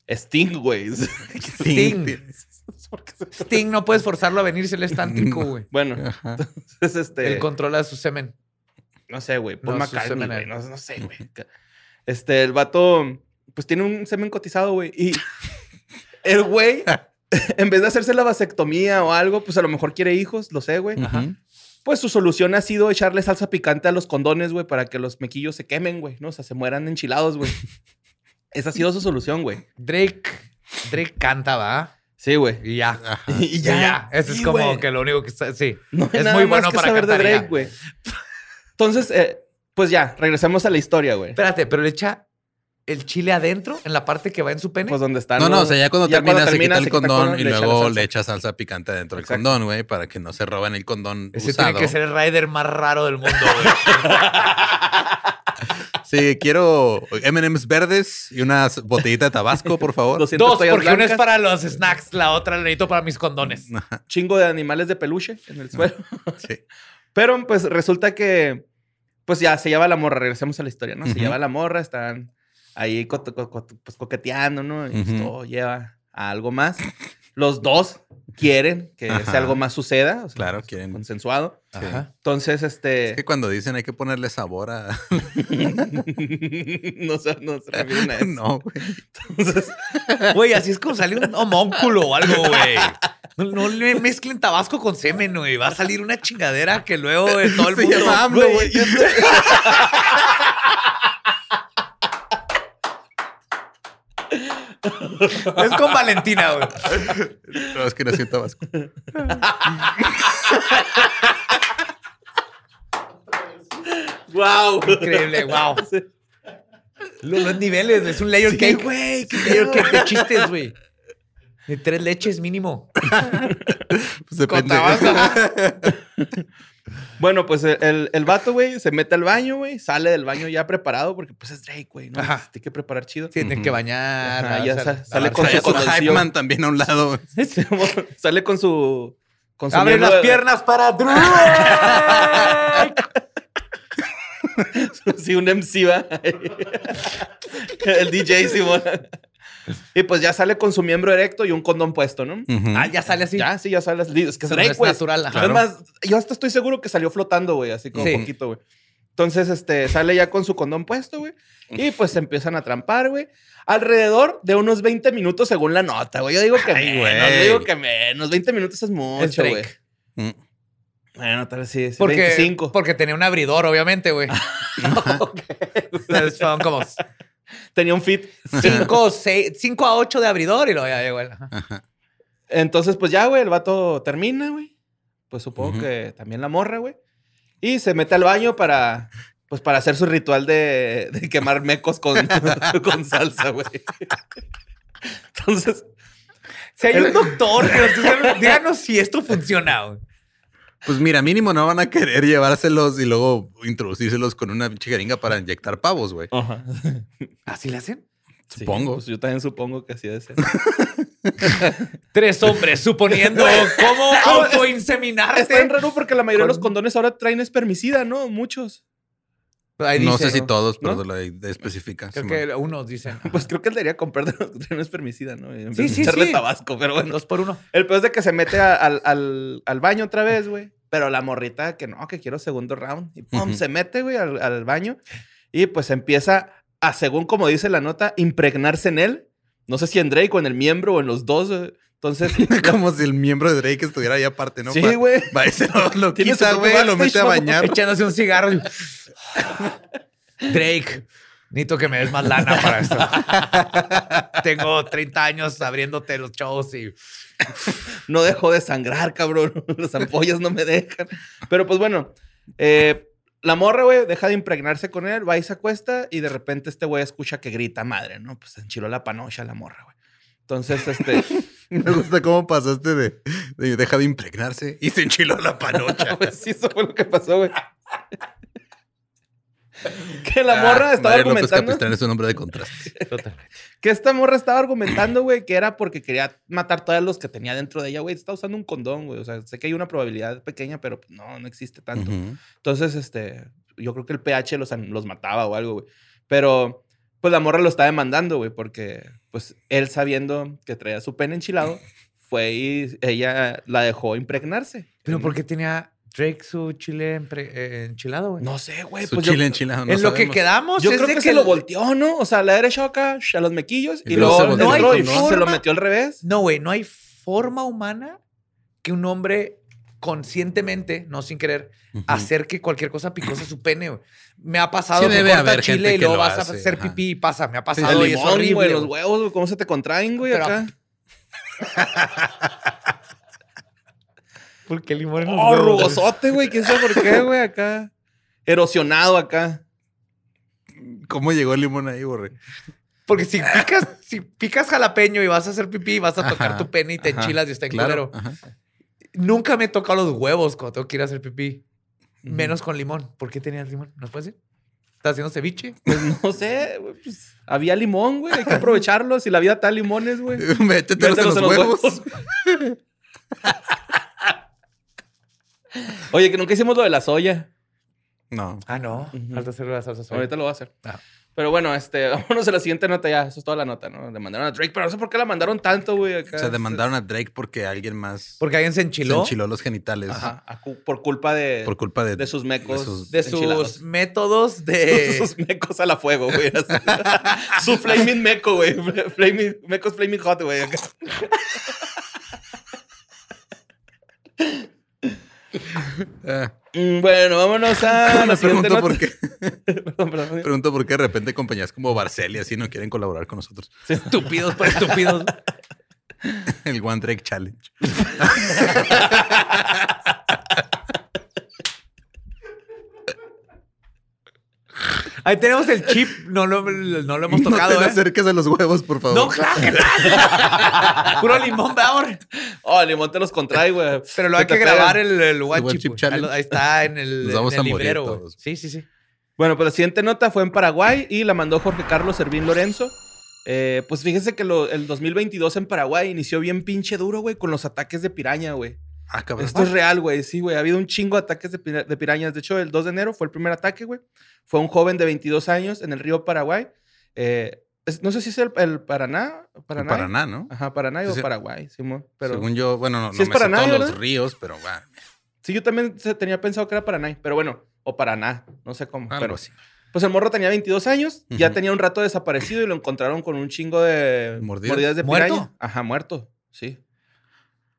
Speaker 4: Sting, güey. <laughs>
Speaker 3: Sting. Sting, no puedes forzarlo a venir si él es tántrico, güey.
Speaker 4: bueno, <laughs>
Speaker 2: Ajá.
Speaker 4: entonces, este.
Speaker 3: Él controla su semen.
Speaker 4: No sé, güey. Paul
Speaker 3: No, su
Speaker 4: McCartney,
Speaker 3: semen
Speaker 4: güey.
Speaker 3: era-
Speaker 4: No, no sé,
Speaker 3: <laughs>
Speaker 4: güey. Este, el vato, pues tiene un semen cotizado, güey.
Speaker 3: <laughs>
Speaker 4: Y el güey, <laughs> en vez de hacerse la vasectomía o algo, pues a lo mejor quiere hijos, lo sé,
Speaker 3: Ah.
Speaker 4: güey.
Speaker 2: Ujú.
Speaker 4: Pues su solución ha sido echarle salsa picante a los condones, güey, para que los mequillos se quemen, güey. No, o sea, se mueran enchilados,
Speaker 3: <laughs>
Speaker 4: güey. Esa ha sido su solución, güey.
Speaker 3: Drake, Drake canta, ¿va?
Speaker 4: Sí, güey.
Speaker 3: Y ya.
Speaker 4: Ah, <laughs> Y ya.
Speaker 3: Eso Ah, es
Speaker 4: Sí,
Speaker 3: como
Speaker 4: güey.
Speaker 3: que lo único que está. Sí.
Speaker 4: No hay
Speaker 3: es
Speaker 4: nada
Speaker 3: muy
Speaker 4: más
Speaker 3: bueno
Speaker 4: que
Speaker 3: para
Speaker 4: saber
Speaker 3: cantar.
Speaker 4: de
Speaker 3: ya.
Speaker 4: Drake, güey. Entonces, eh, pues ya, regresamos a la historia, güey.
Speaker 3: Espérate, pero le echa el chile adentro en la parte que va en su pene.
Speaker 4: Pues donde está.
Speaker 2: No, no, o sea, ya cuando
Speaker 4: ya
Speaker 2: termina,
Speaker 4: cuando
Speaker 2: se quita
Speaker 4: termina,
Speaker 2: el
Speaker 4: se quita el
Speaker 2: condón
Speaker 4: condón,
Speaker 2: y
Speaker 4: le echa la
Speaker 2: luego
Speaker 4: salsa.
Speaker 2: le echa salsa picante dentro del
Speaker 4: Exacto.
Speaker 2: condón, güey, para que no se roban el condón
Speaker 3: Ese
Speaker 2: usado.
Speaker 3: tiene que ser el rider más raro del mundo, <laughs> güey.
Speaker 2: Sí, quiero M&M's verdes y una botellita de Tabasco, por favor.
Speaker 4: 200
Speaker 3: Dos, porque
Speaker 4: toallas
Speaker 3: una es
Speaker 4: blancas.
Speaker 3: para los snacks, la otra la necesito para mis condones.
Speaker 4: chingo de animales de peluche en el suelo.
Speaker 2: Sí.
Speaker 4: Pero pues resulta que, pues ya se lleva la morra, regresemos a la historia, ¿no? Se
Speaker 2: Ujú.
Speaker 4: lleva la morra, están ahí co- co- co- pues, coqueteando, ¿no? Y pues,
Speaker 2: Ujú.
Speaker 4: todo lleva a algo más. Los dos quieren que ese
Speaker 2: Ajá.
Speaker 4: algo más suceda, o sea,
Speaker 2: Claro,
Speaker 4: pues,
Speaker 2: quieren.
Speaker 4: consensuado.
Speaker 2: Ajá.
Speaker 4: Entonces,
Speaker 2: Es que
Speaker 4: este,
Speaker 2: cuando dicen hay que ponerle sabor a...
Speaker 4: <laughs> no, se, no se refieren
Speaker 2: <laughs>
Speaker 4: a eso.
Speaker 2: No, güey.
Speaker 4: Entonces,
Speaker 3: <laughs> Güey, así es como sale un homónculo o algo, güey. No, no le mezclen tabasco con semen, güey. Va a salir una chingadera que luego eh, todo el
Speaker 2: Se
Speaker 3: mundo...
Speaker 2: llama AMLO, güey.
Speaker 3: Es con Valentina, güey.
Speaker 2: No, es que nació en Tabasco.
Speaker 4: wow.
Speaker 3: Increíble, wow. Los, los niveles, es un layer cake. güey. Qué layer cake de chistes, güey. De tres leches mínimo.
Speaker 2: Pues depende. <laughs>
Speaker 4: Bueno, pues el- el, el vato, güey, se mete al baño, güey, sale del baño ya preparado, porque pues es Drake, güey, ¿no?
Speaker 3: Ajá.
Speaker 4: Tiene que preparar chido.
Speaker 3: Tienen que bañar.
Speaker 4: Ajá, ya
Speaker 3: lavarse-
Speaker 4: sa- sale
Speaker 3: lavarse
Speaker 4: con su
Speaker 2: Trae a su
Speaker 4: condoncillo. <laughs>
Speaker 2: Hype Man también a un lado.
Speaker 4: Simón, Sale con su
Speaker 3: Abre
Speaker 4: consumiendo-
Speaker 3: las piernas para Drew.
Speaker 4: <laughs> Sí, un MC va. <laughs> El DJ Simón. Y pues ya sale con su miembro erecto y un condón puesto, ¿no?
Speaker 2: Ujú.
Speaker 3: ah, ya sale así.
Speaker 4: Ya, sí, ya sale así. Es que
Speaker 3: Pues
Speaker 4: es
Speaker 3: no
Speaker 4: Drake,
Speaker 3: es
Speaker 4: güey.
Speaker 3: natural, ajá.
Speaker 4: Además, yo hasta estoy seguro que salió flotando, güey, así como
Speaker 3: Sí.
Speaker 4: poquito, güey. Entonces, este, sale ya con su condón puesto, güey. Y pues se empiezan a trampar, güey. Alrededor de unos 20 minutos según la nota, güey. Yo digo que
Speaker 2: Ay,
Speaker 4: menos,
Speaker 2: güey.
Speaker 4: yo digo que menos. 20 minutos es mucho,
Speaker 3: Drake.
Speaker 4: güey.
Speaker 2: Mm.
Speaker 4: Bueno, tal vez sí, sí,
Speaker 3: Porque,
Speaker 4: 25.
Speaker 3: porque tenía un abridor, obviamente, <laughs> güey. Entonces fueron como
Speaker 4: Tenía un fit.
Speaker 3: 5 cinco a 8 de abridor y luego ya llegó él. ajá.
Speaker 4: Entonces, pues ya, güey, el vato termina, güey. Pues supongo
Speaker 2: Ujú.
Speaker 4: que también la morra, güey. Y se mete al baño para, pues para hacer su ritual de, de quemar mecos con, <laughs> con salsa, güey. Entonces,
Speaker 3: Si hay un doctor que nos esté escuchando, <laughs> díganos si esto funciona. güey.
Speaker 2: Pues mira, mínimo no van a querer llevárselos y luego introducírselos con una pinche jeringa para inyectar pavos, güey.
Speaker 3: ¿Así le hacen?
Speaker 4: sí,
Speaker 2: Supongo.
Speaker 4: pues yo también supongo que así es.
Speaker 3: <laughs> Tres hombres suponiendo <laughs> cómo
Speaker 4: Está bien
Speaker 3: autoinseminarse.
Speaker 4: raro porque la mayoría de los condones ahora traen espermicida, ¿no? Muchos.
Speaker 3: Ahí
Speaker 2: no
Speaker 3: dice,
Speaker 2: sé si todos, pero
Speaker 4: ¿No?
Speaker 2: lo especifica.
Speaker 3: Creo
Speaker 2: Simón. <laughs>
Speaker 3: que unos <laughs> dicen. ajá.
Speaker 4: Pues creo que él debería comprar de los que <laughs> traen espermicida, ¿no? Y
Speaker 3: Sí, sí,
Speaker 4: echarle
Speaker 3: sí.
Speaker 4: tabasco, pero bueno.
Speaker 3: Dos por uno.
Speaker 4: El peor es de que se mete a- al, al- al baño otra vez, güey. Pero la morrita que no, que quiero segundo round. Y pum,
Speaker 2: Ujú.
Speaker 4: se mete, güey, al, al baño. Y pues empieza a, según como dice la nota, impregnarse en él. No sé si en Drake o en el miembro o en los dos. güey. Entonces,
Speaker 2: Como si el miembro de Drake estuviera ahí aparte, <laughs> ¿no?
Speaker 4: Sí,
Speaker 2: Pa-
Speaker 4: güey.
Speaker 2: <laughs> Va y se lo, lo
Speaker 4: Tiene su
Speaker 2: quita,
Speaker 4: propio
Speaker 2: güey, lo
Speaker 4: backstage,
Speaker 2: mete a
Speaker 4: mamón.
Speaker 2: bañar. <laughs>
Speaker 3: Echándose un cigarro. <laughs> y- Drake, necesito que me des más lana para esto. <laughs> Tengo 30 años abriéndote los shows y
Speaker 4: no dejo de sangrar, cabrón. <laughs> Las ampollas no me dejan. Pero pues bueno, eh, la morra, güey, deja de impregnarse con él, va y se acuesta y de repente este güey escucha que grita madre, ¿no? Pues se enchiló la panocha la morra, güey. Entonces, este...
Speaker 2: <laughs> Me gusta cómo pasaste de, de deja de impregnarse y se enchiló la panocha.
Speaker 4: Pues sí, eso fue lo que pasó, güey. <laughs> que <laughs> la
Speaker 2: Ah,
Speaker 4: morra estaba
Speaker 2: Mario López
Speaker 4: argumentando.
Speaker 2: Capistrán es un hombre de contraste.
Speaker 4: que esta morra estaba argumentando, güey, que era porque quería matar todos los que tenía dentro de ella, güey. Está usando un condón, güey. O sea, sé que hay una probabilidad pequeña, pero no, no existe tanto.
Speaker 2: Ujú.
Speaker 4: Entonces, este, yo creo que el pH los, an- los mataba o algo, güey. Pero, pues la morra lo está demandando, güey, porque, pues, él sabiendo que traía su pene enchilado, fue y ella la dejó impregnarse.
Speaker 3: ¿Pero por qué tenía Drake su chile empre- eh, enchilado, güey?
Speaker 4: No sé, güey.
Speaker 2: Su
Speaker 4: pues yo-
Speaker 2: chile enchilado. no
Speaker 3: en lo que
Speaker 2: sabemos.
Speaker 3: quedamos
Speaker 4: Yo
Speaker 3: es
Speaker 4: creo
Speaker 3: de
Speaker 4: que, se lo
Speaker 3: el-
Speaker 4: volteó, ¿no? O sea, la derecha acá sh- a los mequillos y,
Speaker 2: Y
Speaker 4: luego
Speaker 2: luego se
Speaker 4: el
Speaker 2: volteó
Speaker 4: rollo,
Speaker 2: el
Speaker 4: ¿no?
Speaker 3: condón.
Speaker 4: se lo
Speaker 3: forma.
Speaker 4: metió al revés.
Speaker 3: No, güey, no hay forma humana que un hombre conscientemente, no sin querer,
Speaker 2: Ujú.
Speaker 3: hacer que cualquier cosa picosa su pene, güey. Me ha pasado
Speaker 2: Sí
Speaker 3: que
Speaker 2: debe
Speaker 3: corta
Speaker 2: haber gente
Speaker 3: chile y
Speaker 2: que
Speaker 3: luego
Speaker 2: lo
Speaker 3: vas
Speaker 2: hace,
Speaker 3: a hacer
Speaker 2: ajá.
Speaker 3: pipí y pasa. Me ha
Speaker 4: El
Speaker 3: pasado y es
Speaker 4: limón, güey,
Speaker 3: horrible.
Speaker 4: los
Speaker 3: güey.
Speaker 4: huevos, güey, cómo se te contraen, güey,
Speaker 3: Pero-
Speaker 4: acá.
Speaker 3: Porque el limón en los
Speaker 4: Oh,
Speaker 3: huevos.
Speaker 4: rugosote, güey, quién sabe por qué, güey, acá. Erosionado acá.
Speaker 2: ¿Cómo llegó el limón ahí, Borre?
Speaker 3: Porque si picas, si picas jalapeño y vas a hacer pipí, vas a tocar
Speaker 2: Ajá,
Speaker 3: tu pene y te
Speaker 2: ajá,
Speaker 3: enchilas y está en
Speaker 2: Claro.
Speaker 3: culero.
Speaker 2: ajá. <laughs>
Speaker 3: Nunca me he tocado los huevos cuando tengo que ir a hacer pipí. Menos con limón. ¿Por qué tenías limón? ¿Nos puedes decir? ¿Estás haciendo ceviche?
Speaker 4: Pues no <laughs> sé, güey, pues, había limón, güey, hay que aprovecharlo. Si la vida está limones, <laughs> güey.
Speaker 2: Métetelos en
Speaker 4: Mételos
Speaker 2: los huevos.
Speaker 4: huevos. Oye, que nunca hicimos lo de la soya.
Speaker 2: No.
Speaker 3: Ah, no.
Speaker 4: Ujú.
Speaker 3: Falta hacer la salsa soya.
Speaker 4: Ahorita lo voy a hacer.
Speaker 3: Ah.
Speaker 4: Pero bueno, este, <laughs> vámonos a la siguiente nota ya. Eso es toda la nota, ¿no? Le mandaron a Drake, pero no sé por qué la mandaron tanto, güey. acá.
Speaker 2: O sea,
Speaker 4: eh.
Speaker 2: demandaron a Drake porque alguien más
Speaker 3: Porque alguien se
Speaker 2: se
Speaker 3: enchiló,
Speaker 2: enchiló los genitales
Speaker 4: Ajá, a cu- por culpa de,
Speaker 2: por culpa de,
Speaker 4: de sus mecos.
Speaker 2: de sus-
Speaker 3: de sus
Speaker 4: enchilados.
Speaker 3: métodos
Speaker 4: <laughs> De
Speaker 3: de...
Speaker 4: sus mecos a la fuego,
Speaker 2: <laughs>
Speaker 4: güey. Así. Su flaming meco, güey. Flaming, mecos flaming hot, güey. acá.
Speaker 2: Ah,
Speaker 4: Mm, Bueno, vámonos a la
Speaker 2: <laughs> me
Speaker 4: siguiente
Speaker 2: pregunto
Speaker 4: nota.
Speaker 2: por qué.
Speaker 4: <laughs>
Speaker 2: <laughs>
Speaker 4: Perdón, perdón.
Speaker 2: Pregunto por qué de repente compañías como Barcel y así no quieren colaborar con nosotros. <laughs>
Speaker 3: Estúpidos
Speaker 2: pues,
Speaker 3: por
Speaker 4: <laughs>
Speaker 3: estúpidos.
Speaker 2: El One Drake Challenge.
Speaker 3: Ahí tenemos el chip. No lo, no lo hemos tocado,
Speaker 2: <laughs> no te le
Speaker 3: ¿eh?
Speaker 2: acerques a los huevos, por favor.
Speaker 3: No, claro que no. Puro limón,
Speaker 2: <laughs>
Speaker 3: ¿verdad?
Speaker 4: Oh, el limón te los contrae, güey.
Speaker 3: Pero lo hay
Speaker 4: Se te
Speaker 3: que
Speaker 4: pegan.
Speaker 3: grabar el, el One
Speaker 2: One
Speaker 3: Chip,
Speaker 2: Chip
Speaker 3: güey.
Speaker 2: Challenge.
Speaker 3: Ahí lo- Ahí está en el,
Speaker 2: Nos vamos
Speaker 3: en el
Speaker 2: a morir
Speaker 3: librero, güey.
Speaker 2: todos.
Speaker 3: Sí, sí, sí.
Speaker 4: Bueno, pues la siguiente nota fue en Paraguay y la mandó Jorge Carlos Servín Lorenzo. Eh, pues fíjense que lo- el 2022 en Paraguay inició bien pinche duro, güey, con los ataques de piraña, güey.
Speaker 2: Ah, cabrón.
Speaker 4: Esto es real, güey. Sí, güey. Ha habido un chingo de ataques de, pira- de pirañas. De hecho, el 2 de enero fue el primer ataque, güey. Fue un joven de 22 años en el río Paraguay. Eh, es- no sé si es el, el Paraná. Paraná.
Speaker 2: Para nada, ¿no?
Speaker 4: Ajá, Paraná
Speaker 2: Sí,
Speaker 4: o
Speaker 2: sí.
Speaker 4: Paraguay, Simón. Pero
Speaker 2: Según yo, bueno, no,
Speaker 4: Sí
Speaker 2: no
Speaker 4: es
Speaker 2: me sé
Speaker 4: Paraná,
Speaker 2: todos los
Speaker 4: ¿verdad?
Speaker 2: ríos, pero bueno,
Speaker 4: sí, yo también se- tenía pensado que era Paraná, pero bueno, o Paraná, no sé cómo.
Speaker 2: algo
Speaker 4: pero
Speaker 2: así.
Speaker 4: Pues el morro tenía 22 años, ya
Speaker 2: Ujú.
Speaker 4: tenía un rato desaparecido y lo encontraron con un chingo de
Speaker 2: Mordidas.
Speaker 4: mordidas, de
Speaker 7: ¿Muerto?
Speaker 4: piraña. Ajá, muerto. Sí.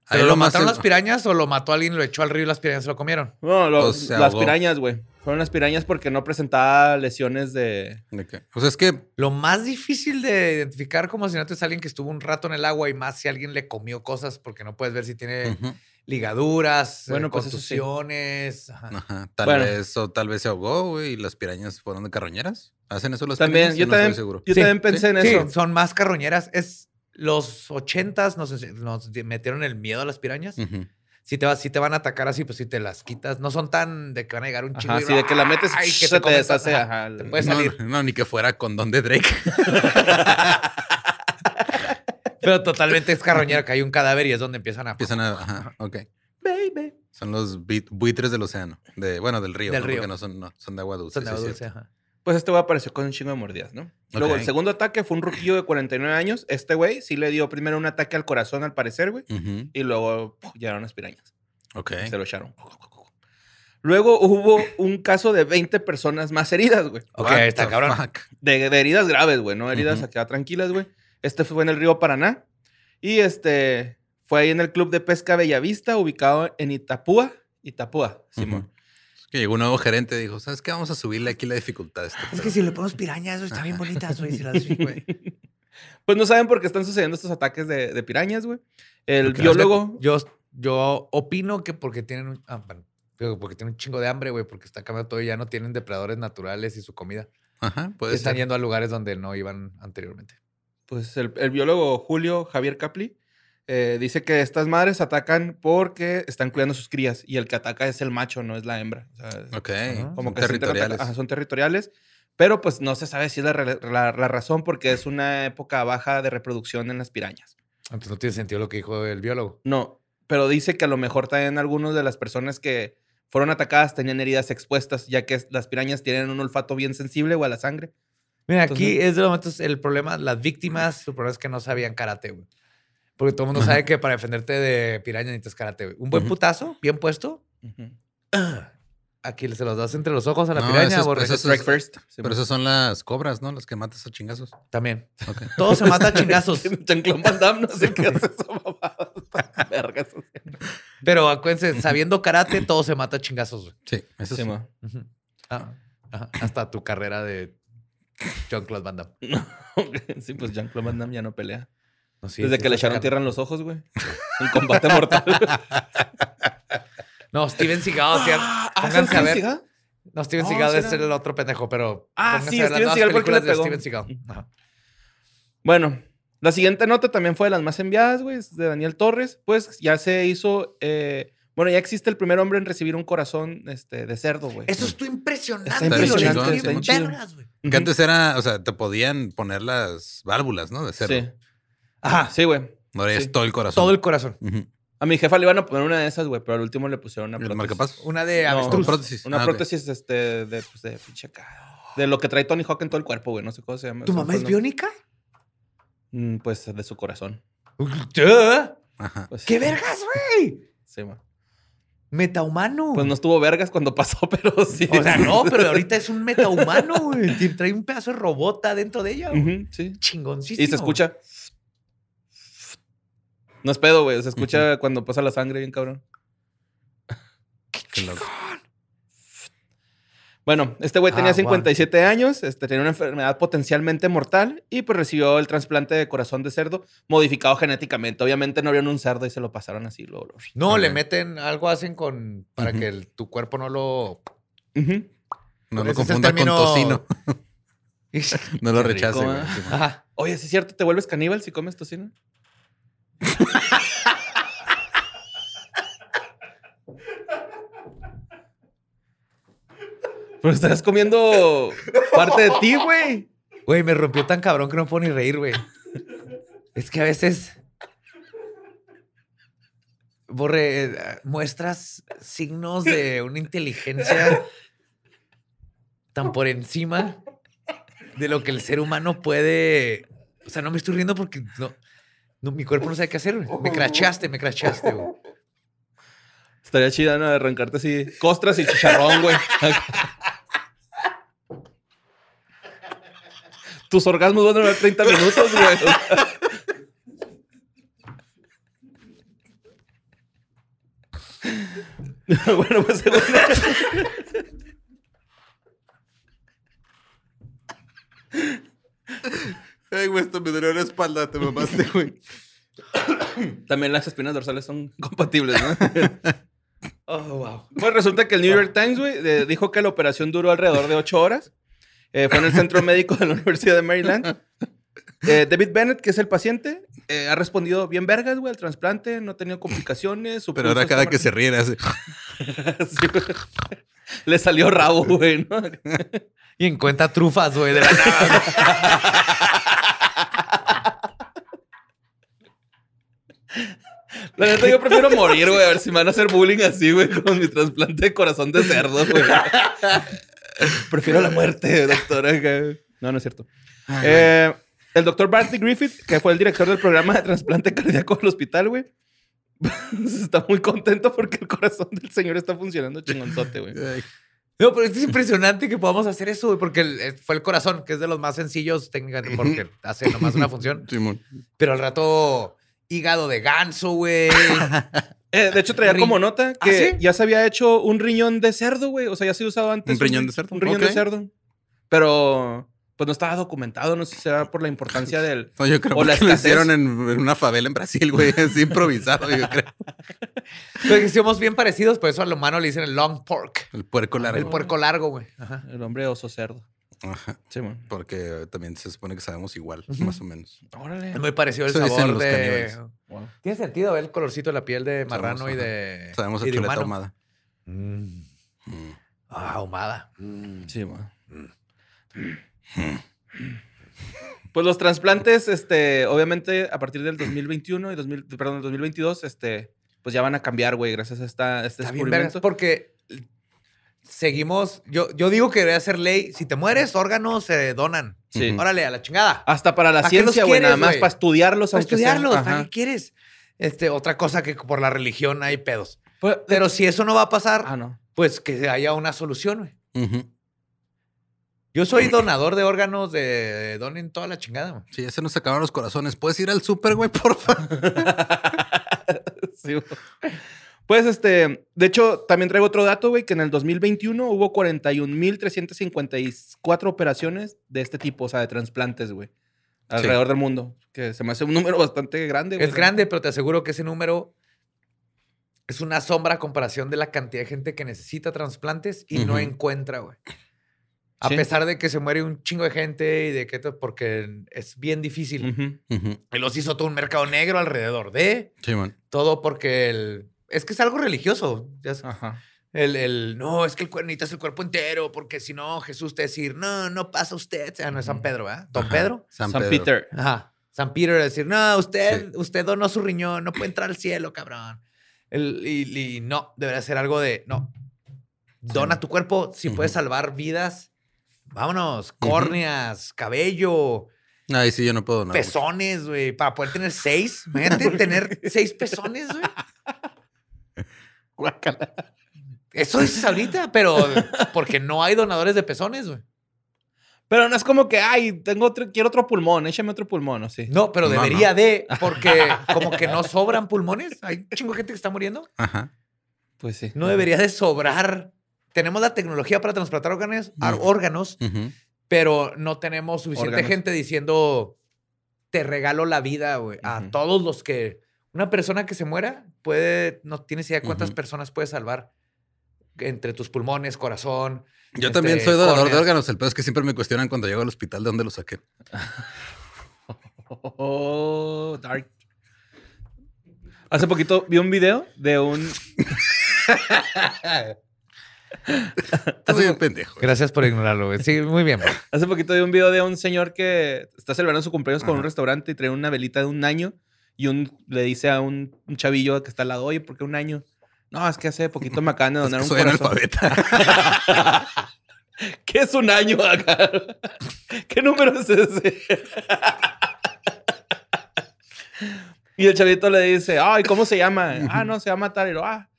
Speaker 2: Ahí
Speaker 3: ¿Pero lo,
Speaker 2: más
Speaker 3: mataron
Speaker 2: es-
Speaker 3: las pirañas o lo mató alguien, lo echó al río y las pirañas se lo comieron?
Speaker 4: No, lo-
Speaker 2: O sea,
Speaker 4: las
Speaker 2: ahogó.
Speaker 4: pirañas, güey. Fueron las pirañas porque no presentaba lesiones de.
Speaker 2: ¿De qué? O sea, es que
Speaker 3: Lo más difícil de identificar como asesinato es alguien que estuvo un rato en el agua y más si alguien le comió cosas porque no puedes ver si
Speaker 4: Eh,
Speaker 3: tiene
Speaker 2: ujú,
Speaker 3: ligaduras,
Speaker 4: Bueno,
Speaker 3: eh,
Speaker 4: pues eso sí.
Speaker 3: contusiones. ajá.
Speaker 2: ajá, tal
Speaker 4: Bueno.
Speaker 2: vez o tal vez se ahogó, güey, y las pirañas fueron de carroñeras. ¿Hacen eso las
Speaker 4: También,
Speaker 2: pirañas?
Speaker 4: yo
Speaker 2: no
Speaker 4: también,
Speaker 2: estoy seguro.
Speaker 4: yo
Speaker 2: Sí,
Speaker 4: también pensé
Speaker 2: sí.
Speaker 4: en
Speaker 3: Sí,
Speaker 4: eso.
Speaker 3: son más carroñeras. Es los ochentas nos, ense- nos di- metieron el miedo a las pirañas.
Speaker 4: Mm.
Speaker 2: Ujú.
Speaker 3: Si te, vas, si te van a atacar así, pues si te las quitas. No son tan de que van a llegar un chico
Speaker 4: Ajá, sí, de que la metes y
Speaker 3: ¡ay! que
Speaker 4: se te
Speaker 3: comes,
Speaker 4: deshace.
Speaker 3: ajá.
Speaker 4: Ajá, el-
Speaker 3: Te puedes
Speaker 2: no,
Speaker 3: salir.
Speaker 2: no, ni que fuera condón de Drake. <laughs>
Speaker 3: ¡ah! Pero totalmente es carroñera que hay un cadáver y es donde empiezan a...
Speaker 2: Empiezan a. Ajá, ok. Son los bui- buitres del océano. De, bueno, del río.
Speaker 3: Del
Speaker 2: ¿no?
Speaker 3: río.
Speaker 2: Porque no son, no, son de agua dulce.
Speaker 3: son de
Speaker 2: sí,
Speaker 3: agua
Speaker 2: es
Speaker 3: dulce,
Speaker 2: cierto.
Speaker 3: ajá.
Speaker 4: Pues este güey apareció con un chingo de mordidas, ¿no? Luego,
Speaker 2: Ok.
Speaker 4: el segundo ataque fue un ruquillo de 49 años. Este güey sí le dio primero un ataque al corazón, al parecer, güey.
Speaker 2: Ujú,
Speaker 4: Y luego ¡puf! llegaron las pirañas.
Speaker 2: Ok.
Speaker 4: y Se lo echaron. Luego hubo un caso de 20 personas más heridas, güey.
Speaker 3: Ok,
Speaker 2: What
Speaker 3: está
Speaker 2: the
Speaker 3: cabrón.
Speaker 2: fuck?
Speaker 4: De, de heridas graves, güey, no heridas
Speaker 2: Ujú.
Speaker 4: acá tranquilas, güey. Este fue en el río Paraná. Y este fue ahí en el club de pesca Bellavista, ubicado en Itapúa. Itapúa, Simón.
Speaker 2: Ujú. Es que llegó un nuevo gerente y dijo, ¿sabes qué? Vamos a subirle aquí la dificultad a este
Speaker 3: <laughs>
Speaker 2: esto.
Speaker 3: Es que si le ponemos pirañas, güey, está bien bonitas, güey. Si las
Speaker 4: <laughs>
Speaker 3: güey.
Speaker 4: Pues no saben por qué están sucediendo estos ataques de, de pirañas, güey. El
Speaker 2: Porque
Speaker 4: biólogo.
Speaker 3: Yo, yo opino que porque tienen un. ah, bueno, digo, porque tienen un chingo de hambre, güey, porque está cambiando todo y ya no tienen depredadores naturales y su comida.
Speaker 2: Ajá, puede
Speaker 3: Están
Speaker 2: ser.
Speaker 3: yendo a lugares donde no iban anteriormente.
Speaker 4: Pues el, el biólogo Julio Javier Capli eh, dice que estas madres atacan porque están cuidando sus crías y el que ataca es el macho, no es la hembra. O sea,
Speaker 2: Ok.
Speaker 4: como
Speaker 2: son
Speaker 4: que se intentan
Speaker 2: territoriales.
Speaker 4: atacar- ajá, son territoriales. Pero pues no se sabe si es la, re- la- la razón porque es una época baja de reproducción en las pirañas.
Speaker 3: Entonces no tiene sentido lo que dijo el biólogo.
Speaker 4: No, pero dice que a lo mejor también algunas de las personas que fueron atacadas tenían heridas expuestas, ya que es- las pirañas tienen un olfato bien sensible o a la sangre.
Speaker 3: Mira,
Speaker 4: Entonces-
Speaker 3: aquí es de los momentos el problema, las víctimas, su problema es que no sabían karate, güey. Porque todo el mundo sabe que para defenderte de piraña necesitas karate, güey. Un buen
Speaker 2: Ujú.
Speaker 3: putazo, bien puesto. Aquí se los das entre los ojos a la
Speaker 2: No,
Speaker 3: piraña,
Speaker 2: eso es-
Speaker 3: borre.
Speaker 2: eso es-
Speaker 4: Strike first.
Speaker 2: Pero
Speaker 4: <laughs>
Speaker 2: esas son las cobras, ¿no? Las que matas
Speaker 3: <laughs>
Speaker 2: a chingazos.
Speaker 3: También.
Speaker 2: Ok.
Speaker 3: Todo se
Speaker 2: <laughs>
Speaker 3: mata a chingazos.
Speaker 4: Jean-Claude Van Damme, no sé
Speaker 3: <laughs>
Speaker 4: qué hace esa mamada. <laughs> Está verga eso.
Speaker 3: Pero acuérdense, sabiendo karate, todo se mata a chingazos, güey.
Speaker 2: Sí, eso sí.
Speaker 3: Ujú. Ah, ajá. Hasta tu carrera de John Claude Van Damme.
Speaker 4: <laughs> Sí, pues Jean-Claude Van Damme ya no pelea.
Speaker 3: No, sí,
Speaker 4: Desde
Speaker 3: sí,
Speaker 4: que le
Speaker 3: está
Speaker 4: echaron
Speaker 3: sacando.
Speaker 4: tierra en los ojos, güey. Un combate mortal.
Speaker 3: <laughs> No, Steven Seagal. sí,
Speaker 4: Ah,
Speaker 3: ah, pónganse a ver. No, Steven
Speaker 4: Oh,
Speaker 3: Seagal
Speaker 4: sí
Speaker 3: es
Speaker 4: era.
Speaker 3: el otro pendejo, pero.
Speaker 4: Ah,
Speaker 3: pónganse
Speaker 4: sí,
Speaker 3: a ver las
Speaker 4: Steven
Speaker 3: nuevas
Speaker 4: Seagal, ¿por qué le
Speaker 3: películas de
Speaker 4: pegó?
Speaker 3: Steven Seagal. Ajá.
Speaker 4: Bueno, la siguiente nota también fue de las más enviadas, güey, es de Daniel Torres. Pues ya se hizo. eh, bueno, ya existe el primer hombre en recibir un corazón este, de cerdo, güey.
Speaker 3: Eso estuvo impresionante.
Speaker 4: Está
Speaker 3: lo
Speaker 2: impresionante,
Speaker 3: leí
Speaker 2: está
Speaker 3: bien
Speaker 4: chido.
Speaker 3: vergas, güey.
Speaker 2: Que antes era, o sea, te podían poner las válvulas, ¿no? De cerdo.
Speaker 4: Sí. Ajá, sí, güey.
Speaker 2: Ahora ya
Speaker 4: Sí.
Speaker 2: es todo el corazón.
Speaker 3: Todo el corazón.
Speaker 2: Ujú.
Speaker 4: A mi jefa le iban a poner una de esas, güey, pero al último le pusieron una
Speaker 2: ¿El
Speaker 4: prótesis.
Speaker 2: marcapasos?
Speaker 3: Una de
Speaker 4: No,
Speaker 3: avestruz.
Speaker 2: prótesis.
Speaker 4: Una
Speaker 2: Ah, ok.
Speaker 4: prótesis este, de, pues, de pinche acá. De lo que trae Tony Hawk en todo el cuerpo, güey. No sé cómo se llama.
Speaker 3: ¿Tu
Speaker 4: Son
Speaker 3: mamá es
Speaker 4: cosas-
Speaker 3: biónica?
Speaker 4: Mm, Pues de su corazón.
Speaker 3: Duh.
Speaker 2: Ajá.
Speaker 4: Pues,
Speaker 3: ¡Qué vergas, güey!
Speaker 4: Sí, güey.
Speaker 3: Metahumano.
Speaker 4: Pues no estuvo vergas cuando pasó, <laughs> pero sí.
Speaker 3: O sea, no, pero ahorita es un metahumano, güey. Tiene- Trae un pedazo de robota dentro de ella, güey.
Speaker 4: <laughs> Ujú, sí.
Speaker 3: Chingoncísimo.
Speaker 4: Y se escucha. No es pedo, güey. Se escucha cuando pasa la sangre bien cabrón.
Speaker 2: Qué loco.
Speaker 4: Bueno, este güey tenía
Speaker 3: Ah, wow.
Speaker 4: 57 años, este, tenía una enfermedad potencialmente mortal y pues recibió el trasplante de corazón de cerdo modificado genéticamente. Obviamente no vieron un cerdo y se lo pasaron así. Lo,
Speaker 3: No, le
Speaker 2: Ok.
Speaker 3: meten algo hacen con para que el- tu cuerpo no lo <laughs>
Speaker 2: No
Speaker 3: Ese
Speaker 2: lo
Speaker 3: es el
Speaker 2: confundas
Speaker 3: término-
Speaker 2: con tocino. <laughs> No lo
Speaker 4: Qué
Speaker 2: rechaces,
Speaker 4: rico,
Speaker 2: güey.
Speaker 4: ¿eh?
Speaker 2: Sí, man.
Speaker 3: Ajá.
Speaker 4: Oye, ¿sí es cierto? ¿Te vuelves caníbal si comes tocino? Pero estás comiendo parte de ti, güey.
Speaker 3: Güey, me rompió tan cabrón que no puedo ni reír, güey. Es que a veces Borre, eh, muestras signos de una inteligencia tan por encima de lo que el ser humano puede. O sea, no me estoy riendo porque no, no, mi cuerpo no sabe qué hacer. güey. Me crachaste, me crachaste, güey.
Speaker 4: Estaría chida, ¿no? Arrancarte así costras y chicharrón, güey. Tus orgasmos van a durar 30 minutos, güey. <laughs> bueno, pues bueno.
Speaker 8: Ay, güey, esto me dolió la espalda, te mamaste, güey.
Speaker 4: También las espinas dorsales son
Speaker 8: <laughs>
Speaker 4: compatibles, ¿no? oh, wow. Pues resulta que el New York Times, güey, de- dijo que la operación duró alrededor de ocho horas. Eh, fue en el centro médico de la Universidad de Maryland. Eh, David Bennett, que es el paciente, eh, ha respondido bien vergas, güey, al trasplante, no ha tenido complicaciones. su pulso
Speaker 2: Pero ahora
Speaker 4: está
Speaker 2: cada que
Speaker 4: mar-
Speaker 2: se ríen hace...
Speaker 4: Sí, güey. Le salió rabo, güey, ¿no?
Speaker 3: Y encuentra trufas, güey, de la nada.
Speaker 4: La neta, yo prefiero morir, güey, a ver si me van a hacer bullying así, güey, con mi trasplante de corazón de cerdo, güey. prefiero la muerte, doctora. güey. No, no es cierto. Eh, el doctor Bartley Griffith, que fue el director del programa de trasplante cardíaco del hospital, güey, <laughs> está muy contento porque el corazón del señor está funcionando chingonzote, güey.
Speaker 3: No, pero esto es impresionante que podamos hacer eso, güey, porque el- eh, fue el corazón, que es de los más sencillos técnicamente, porque hace nomás una función.
Speaker 2: Simón.
Speaker 3: Pero al rato, hígado de ganso,
Speaker 2: <laughs>
Speaker 3: güey.
Speaker 4: Eh, de hecho, traía
Speaker 3: Ri-
Speaker 4: como nota que
Speaker 3: ¿Ah, sí?
Speaker 4: ya se había hecho un riñón de cerdo, güey. O sea, ya se había usado antes.
Speaker 2: ¿Un riñón de cerdo?
Speaker 4: Un riñón
Speaker 2: Ok.
Speaker 4: de cerdo. Pero, pues no estaba documentado. No sé si será por la
Speaker 3: <laughs>
Speaker 4: importancia del.
Speaker 2: No, yo creo
Speaker 4: O la
Speaker 2: que lo
Speaker 4: escasez.
Speaker 2: hicieron en, en una favela en Brasil, güey. <laughs> Así improvisado, yo creo.
Speaker 3: Pero que somos bien parecidos, por eso al humano le dicen el long pork.
Speaker 2: El puerco largo.
Speaker 3: El puerco largo, güey. Ajá.
Speaker 4: El hombre oso cerdo.
Speaker 2: Ajá.
Speaker 4: Sí, man.
Speaker 2: Porque eh, también se supone que sabemos igual, más o menos.
Speaker 4: Órale.
Speaker 3: Es muy parecido el
Speaker 2: Eso dicen
Speaker 3: sabor
Speaker 2: los
Speaker 3: de...
Speaker 2: caníbales.
Speaker 4: Wow.
Speaker 3: Tiene sentido ver el colorcito de la piel de marrano
Speaker 2: Sabemos,
Speaker 3: y
Speaker 2: ajá.
Speaker 3: de...
Speaker 2: Sabemos
Speaker 3: y
Speaker 2: el
Speaker 3: de
Speaker 2: chuleta
Speaker 3: humano.
Speaker 2: ahumada.
Speaker 3: Mm.
Speaker 2: Mm.
Speaker 3: Ah, ahumada.
Speaker 4: Sí, man.
Speaker 2: Mm.
Speaker 4: Pues los trasplantes, este, obviamente, a partir del 2021 y 2000, perdón, 2022, este, pues ya van a cambiar, güey, gracias a esta, a este
Speaker 3: Está bien vergas,
Speaker 4: descubrimiento.
Speaker 3: porque seguimos... Yo, yo digo que debería ser ley. Si te mueres, órganos se donan.
Speaker 4: Sí.
Speaker 3: Órale, a la chingada.
Speaker 4: Hasta para la
Speaker 3: ¿Para qué los
Speaker 4: ciencia, güey,
Speaker 3: quieres,
Speaker 4: nada más
Speaker 3: güey?
Speaker 4: para estudiarlos.
Speaker 3: para
Speaker 4: aunque sea.
Speaker 3: estudiarlos. ¿Para
Speaker 4: Ajá.
Speaker 3: qué quieres? Este, otra cosa que por la religión hay pedos.
Speaker 4: Pues,
Speaker 3: Pero si eso no va a pasar,
Speaker 4: ah, no.
Speaker 3: pues que haya una solución, güey.
Speaker 2: Ujú.
Speaker 3: Yo soy donador de órganos de donen toda la chingada, güey.
Speaker 2: Sí, ya se nos acabaron los corazones. ¿Puedes ir al súper, güey, por favor?
Speaker 4: <laughs> Sí, güey. Pues este, de hecho, también traigo otro dato, güey, que en el 2021 hubo 41.354 operaciones de este tipo, o sea, de trasplantes, güey, alrededor del mundo, que se me hace un número bastante grande, güey.
Speaker 3: Es grande, pero te aseguro que ese número es una sombra a comparación de la cantidad de gente que necesita trasplantes y no
Speaker 2: Ujú.
Speaker 3: encuentra, güey. A
Speaker 4: Sí.
Speaker 3: pesar de que se muere un chingo de gente y de que to- porque es bien difícil.
Speaker 4: Ujú.
Speaker 2: Ujú.
Speaker 3: Y los hizo todo un mercado negro alrededor de
Speaker 2: Sí, man.
Speaker 3: todo porque el es que es algo religioso. ya es-
Speaker 4: Ajá.
Speaker 3: El, el, no, es que el cuer- necesitas el cuerpo entero, porque si no, Jesús te va a decir, no, no pasa usted. Ah, no es San Pedro, ¿verdad? ¿Don
Speaker 2: Ajá.
Speaker 3: Pedro?
Speaker 2: San,
Speaker 4: San
Speaker 2: Pedro.
Speaker 4: Peter.
Speaker 3: Ajá. San Pedro va a decir, no, usted, usted donó su riñón, no puede entrar al cielo, cabrón. El, y, y no, debería ser algo de, no, dona tu cuerpo, si puedes
Speaker 2: Ujú.
Speaker 3: salvar vidas, vámonos, córneas, cabello,
Speaker 2: Ay, sí, yo no puedo donar. mucho.
Speaker 3: pezones, güey, para poder tener
Speaker 2: <laughs>
Speaker 3: seis. Imagínate tener seis pezones, güey. Eso dices ahorita, pero porque no hay donadores de pezones, güey.
Speaker 4: Pero no es como que, ay, tengo otro, quiero otro pulmón, échame otro pulmón, ¿o sí?
Speaker 3: No, pero
Speaker 2: No,
Speaker 3: debería de, porque como que no sobran pulmones. Hay un chingo de gente que está muriendo.
Speaker 2: Ajá.
Speaker 4: Pues sí.
Speaker 3: No debería de sobrar. Tenemos la tecnología para trasplantar órganos, ar-
Speaker 2: Ujú.
Speaker 3: órganos
Speaker 2: Ujú.
Speaker 3: pero no tenemos suficiente
Speaker 4: Órganos.
Speaker 3: gente diciendo, te regalo la vida, güey. A
Speaker 4: Ujú.
Speaker 3: todos los que... Una persona que se muera puede... No tienes idea cuántas
Speaker 2: Ujú.
Speaker 3: personas puede salvar entre tus pulmones, corazón.
Speaker 2: Yo
Speaker 3: este,
Speaker 2: también soy donador de
Speaker 3: córneas.
Speaker 2: órganos. El pedo es que siempre me cuestionan cuando llego al hospital de dónde lo saqué.
Speaker 4: Oh, dark. Hace poquito vi un video de un...
Speaker 2: Estás bien pendejo.
Speaker 3: Gracias por ignorarlo, güey. Sí, muy bien. <laughs>
Speaker 4: Hace poquito vi un video de un señor que está celebrando su cumpleaños con
Speaker 2: Ajá.
Speaker 4: un restaurante y trae una velita de un año Y un, le dice a un, un chavillo que está al lado, oye, ¿por qué un año? No, es que hace poquito me acaban de donar un
Speaker 2: Soy
Speaker 4: corazón.
Speaker 2: analfabeta. <laughs>
Speaker 4: <laughs> ¿Qué es un año acá? ¿Qué número es ese? <laughs> y el chavito le dice, ay, ¿cómo se
Speaker 2: <laughs>
Speaker 4: llama? ah, no, se llama tal. Y lo, ah.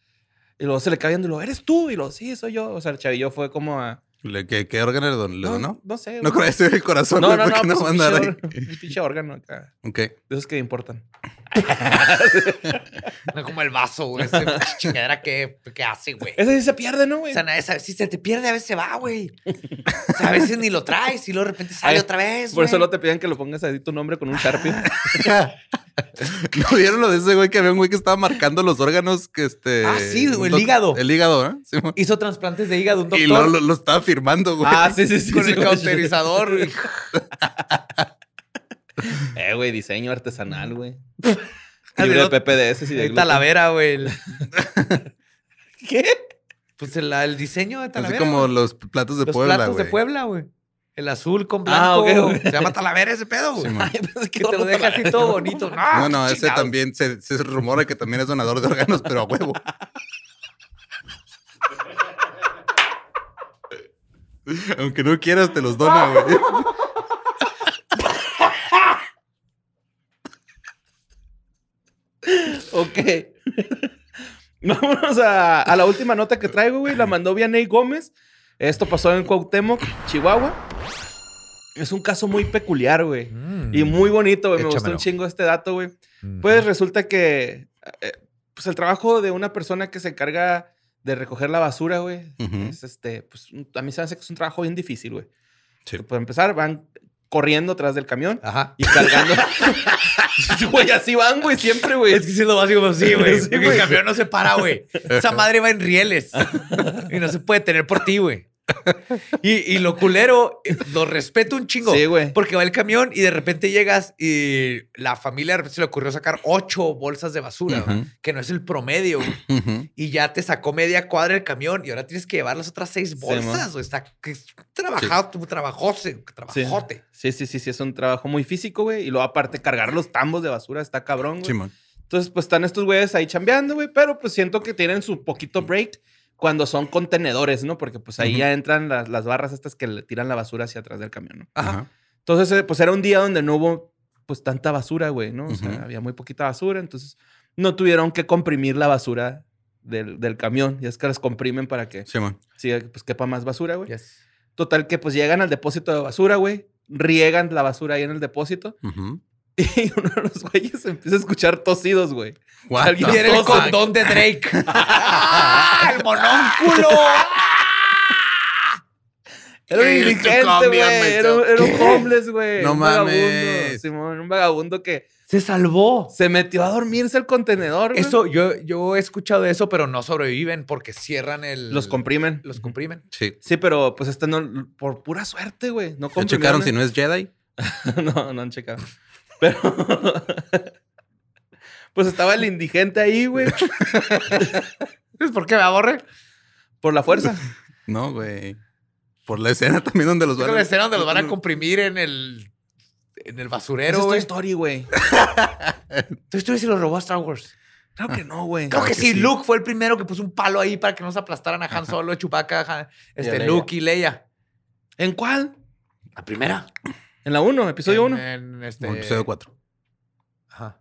Speaker 4: Y luego se le cae viendo y lo, ¿eres tú? Y lo, sí, soy yo. O sea, el chavillo fue como a...
Speaker 2: ¿Le- ¿Qué, qué órgano le don- le donó?
Speaker 4: No,
Speaker 2: No,
Speaker 4: no sé.
Speaker 2: no creo que sea el corazón.
Speaker 4: No,
Speaker 2: güey,
Speaker 4: no, no,
Speaker 2: porque
Speaker 4: pues,
Speaker 2: va a
Speaker 4: un,
Speaker 2: andar
Speaker 4: pinche,
Speaker 2: ahí.
Speaker 4: or- un pinche órgano acá.
Speaker 2: Ok. <laughs>
Speaker 4: De esos que importan.
Speaker 3: No como el vaso, güey. Esa pinche chingadera que, que hace, güey.
Speaker 4: Ese sí se pierde, ¿no,
Speaker 3: O
Speaker 4: güey?
Speaker 3: sea, nadie sabe. Si se te pierde, a veces se va, güey. O sea, a veces ni lo traes y luego de repente sale
Speaker 4: Ay,
Speaker 3: otra vez.
Speaker 4: Por eso
Speaker 3: güey.
Speaker 4: no te piden que lo pongas ahí tu nombre con un Sharpie.
Speaker 2: ¿No vieron lo de ese güey que había un güey que estaba marcando los órganos que este.
Speaker 3: Ah, sí, güey, el
Speaker 2: doc-
Speaker 3: hígado.
Speaker 2: El hígado, ¿eh? Sí, mo-
Speaker 3: <laughs> Hizo trasplantes de hígado un doctor.
Speaker 2: y luego lo, lo estaba firmando, güey.
Speaker 4: ah, sí, sí, sí.
Speaker 3: con
Speaker 4: sí,
Speaker 3: el
Speaker 4: güey.
Speaker 3: cauterizador.
Speaker 4: <laughs>
Speaker 3: güey.
Speaker 4: Eh, güey, diseño
Speaker 3: <laughs>
Speaker 4: artesanal, güey.
Speaker 3: Ah,
Speaker 4: Libre
Speaker 3: de
Speaker 4: de
Speaker 3: lo-
Speaker 4: PPDS y de
Speaker 3: Ahí
Speaker 4: gluten.
Speaker 3: Talavera, güey. <laughs> el-
Speaker 4: ¿Qué?
Speaker 3: Pues el, el diseño de
Speaker 2: Así
Speaker 3: Talavera.
Speaker 2: como los platos de
Speaker 3: los
Speaker 2: Puebla,
Speaker 3: platos de
Speaker 2: güey.
Speaker 3: Puebla, güey. El azul con blanco.
Speaker 4: Ah, ok, ok.
Speaker 3: Se llama Talavera ese pedo, <laughs>
Speaker 2: Sí,
Speaker 3: güey.
Speaker 2: mo.
Speaker 4: Ay, pues,
Speaker 3: que te lo deja así todo bonito.
Speaker 2: No, no,
Speaker 3: Ah,
Speaker 2: ese
Speaker 3: chingados.
Speaker 2: también se, se rumora que también es donador de órganos, pero a huevo. Aunque no quieras, te los dona, güey.
Speaker 4: Ok. <laughs> Vámonos a, a la última nota que traigo, güey. La mandó Vianey Gómez. Esto pasó en Cuauhtémoc, Chihuahua. Es un caso muy peculiar, güey. Y muy bonito, güey. Me gustó un
Speaker 9: Échamelo.
Speaker 4: chingo este dato, güey.
Speaker 9: Ujú.
Speaker 4: Pues resulta que eh, pues el trabajo de una persona que se encarga de recoger la basura, güey,
Speaker 2: Ujú.
Speaker 4: es este, pues un- a mí se me hace que es un trabajo bien difícil, güey. Pues,
Speaker 2: Sí.
Speaker 4: Para empezar, van corriendo atrás del camión
Speaker 9: Ajá.
Speaker 4: y cargando. <laughs> Güey, así van, güey, siempre, güey.
Speaker 3: Es que sí lo básico, sí, güey.
Speaker 4: <laughs> Sí,
Speaker 3: porque
Speaker 4: güey.
Speaker 3: el camión no se para, güey. Esa madre va en
Speaker 4: <laughs>
Speaker 3: rieles. Y no se puede tener por ti, güey. Y, y lo culero, eh, lo respeto un chingo.
Speaker 4: Sí, güey.
Speaker 3: Porque va el camión y de repente llegas y la familia de repente se le ocurrió sacar ocho bolsas de basura,
Speaker 2: Ujú.
Speaker 3: güey, que no es el promedio. güey.
Speaker 2: Ujú.
Speaker 3: Y ya te sacó media cuadra el camión y ahora tienes que llevar las otras seis
Speaker 4: mo.
Speaker 3: bolsas. güey. Está que es trabajado, tu trabajose, trabajote.
Speaker 4: Sí, sí, sí, sí, es un trabajo muy físico, güey. Y luego, aparte, cargar los tambos de basura está cabrón, güey.
Speaker 2: Simón.
Speaker 4: Entonces, pues están estos güeyes ahí chambeando, güey, pero pues siento que tienen su poquito break cuando son contenedores, ¿no? Porque pues ahí
Speaker 2: Ujú.
Speaker 4: ya entran las, las barras estas que le tiran la basura hacia atrás del camión, ¿no?
Speaker 2: Ajá.
Speaker 4: Entonces, eh, pues era un día donde no hubo pues tanta basura, güey, ¿no? O
Speaker 2: Ujú.
Speaker 4: sea, había muy poquita basura, entonces no tuvieron que comprimir la basura del, del camión. Y es que las comprimen para que
Speaker 2: Simón.
Speaker 4: siga, pues quepa más basura, güey. Total que pues llegan al depósito de basura, güey, riegan la basura ahí en el depósito <laughs>
Speaker 2: Ujú.
Speaker 4: y uno de los güeyes empieza a escuchar tosidos, güey.
Speaker 2: What
Speaker 4: Alguien
Speaker 2: the
Speaker 3: Viene el
Speaker 2: fuck?
Speaker 3: condón de
Speaker 4: <laughs>
Speaker 3: Drake. ¡Ah! ¡El monónculo!
Speaker 4: Era un
Speaker 2: Hey, you
Speaker 4: indigente,
Speaker 2: call
Speaker 4: güey.
Speaker 2: me on my
Speaker 4: Era,
Speaker 2: cell.
Speaker 4: un- era un homeless, güey.
Speaker 2: No
Speaker 4: un Vagabundo,
Speaker 2: mames.
Speaker 4: Simón, un vagabundo que
Speaker 3: Se salvó.
Speaker 4: se metió a dormirse al contenedor, güey.
Speaker 3: Eso, yo, yo he escuchado eso, pero no sobreviven porque cierran el.
Speaker 4: Los comprimen.
Speaker 3: Los comprimen.
Speaker 2: Sí.
Speaker 4: Sí, pero pues este no... Por pura suerte, güey. No
Speaker 2: ¿Lo
Speaker 4: comprimieron.
Speaker 2: checaron si no es Jedi?
Speaker 4: <laughs> no, no han checado. Pero... <laughs> pues estaba el indigente ahí, güey.
Speaker 3: ¿Sabes por qué me aborre?
Speaker 4: Por la fuerza.
Speaker 2: No, güey. Por la escena también donde los
Speaker 3: Creo
Speaker 2: van
Speaker 3: que la
Speaker 2: a...
Speaker 3: escena donde los van a comprimir en el. En el
Speaker 4: Esa
Speaker 3: basurero,
Speaker 4: es tu
Speaker 3: güey.
Speaker 4: story, güey.
Speaker 3: Tú estuviste si lo robó a Star Wars.
Speaker 4: Claro que no, güey.
Speaker 3: Creo
Speaker 2: Claro
Speaker 3: que,
Speaker 2: que
Speaker 3: sí,
Speaker 2: sí.
Speaker 3: Luke fue el primero que puso un palo ahí para que no se aplastaran a Han Solo, Chewbacca, Han- este,
Speaker 4: Leia.
Speaker 3: Luke y Leia.
Speaker 4: ¿En cuál?
Speaker 3: La primera.
Speaker 4: En la 1, episodio 1.
Speaker 3: En este.
Speaker 2: Un episodio 4.
Speaker 3: Ajá.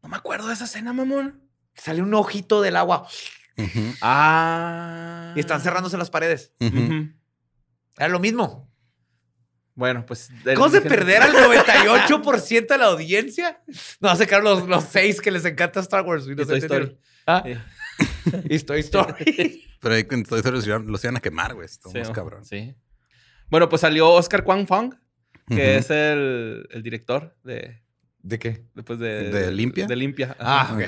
Speaker 4: No me acuerdo de esa escena, mamón.
Speaker 3: Sale un ojito del agua
Speaker 4: Ah.
Speaker 3: y están cerrándose las paredes.
Speaker 4: Ujú.
Speaker 3: Era lo mismo.
Speaker 4: Bueno, pues...
Speaker 3: ¿Cómo se
Speaker 4: indigente-
Speaker 3: perder
Speaker 4: <laughs>
Speaker 3: al 98% de la audiencia? No, se quedaron los, los seis que les encanta Star Wars. Y no se
Speaker 4: Y Toy Story.
Speaker 3: entendieron. Ah,
Speaker 4: Sí.
Speaker 3: y Toy
Speaker 4: <laughs>
Speaker 3: Story.
Speaker 2: Pero ahí con todo eso los iban, los iban a quemar, güey. Esto
Speaker 4: Sí,
Speaker 2: más
Speaker 4: ojo,
Speaker 2: cabrón.
Speaker 4: Sí. Bueno, pues salió Oscar Kwang Fong, que
Speaker 2: Ujú.
Speaker 4: es el, el director de,
Speaker 3: ¿De qué?
Speaker 4: de, pues, de,
Speaker 2: ¿De Limpia?
Speaker 4: De Limpia.
Speaker 3: Ah,
Speaker 4: ajá.
Speaker 3: ok.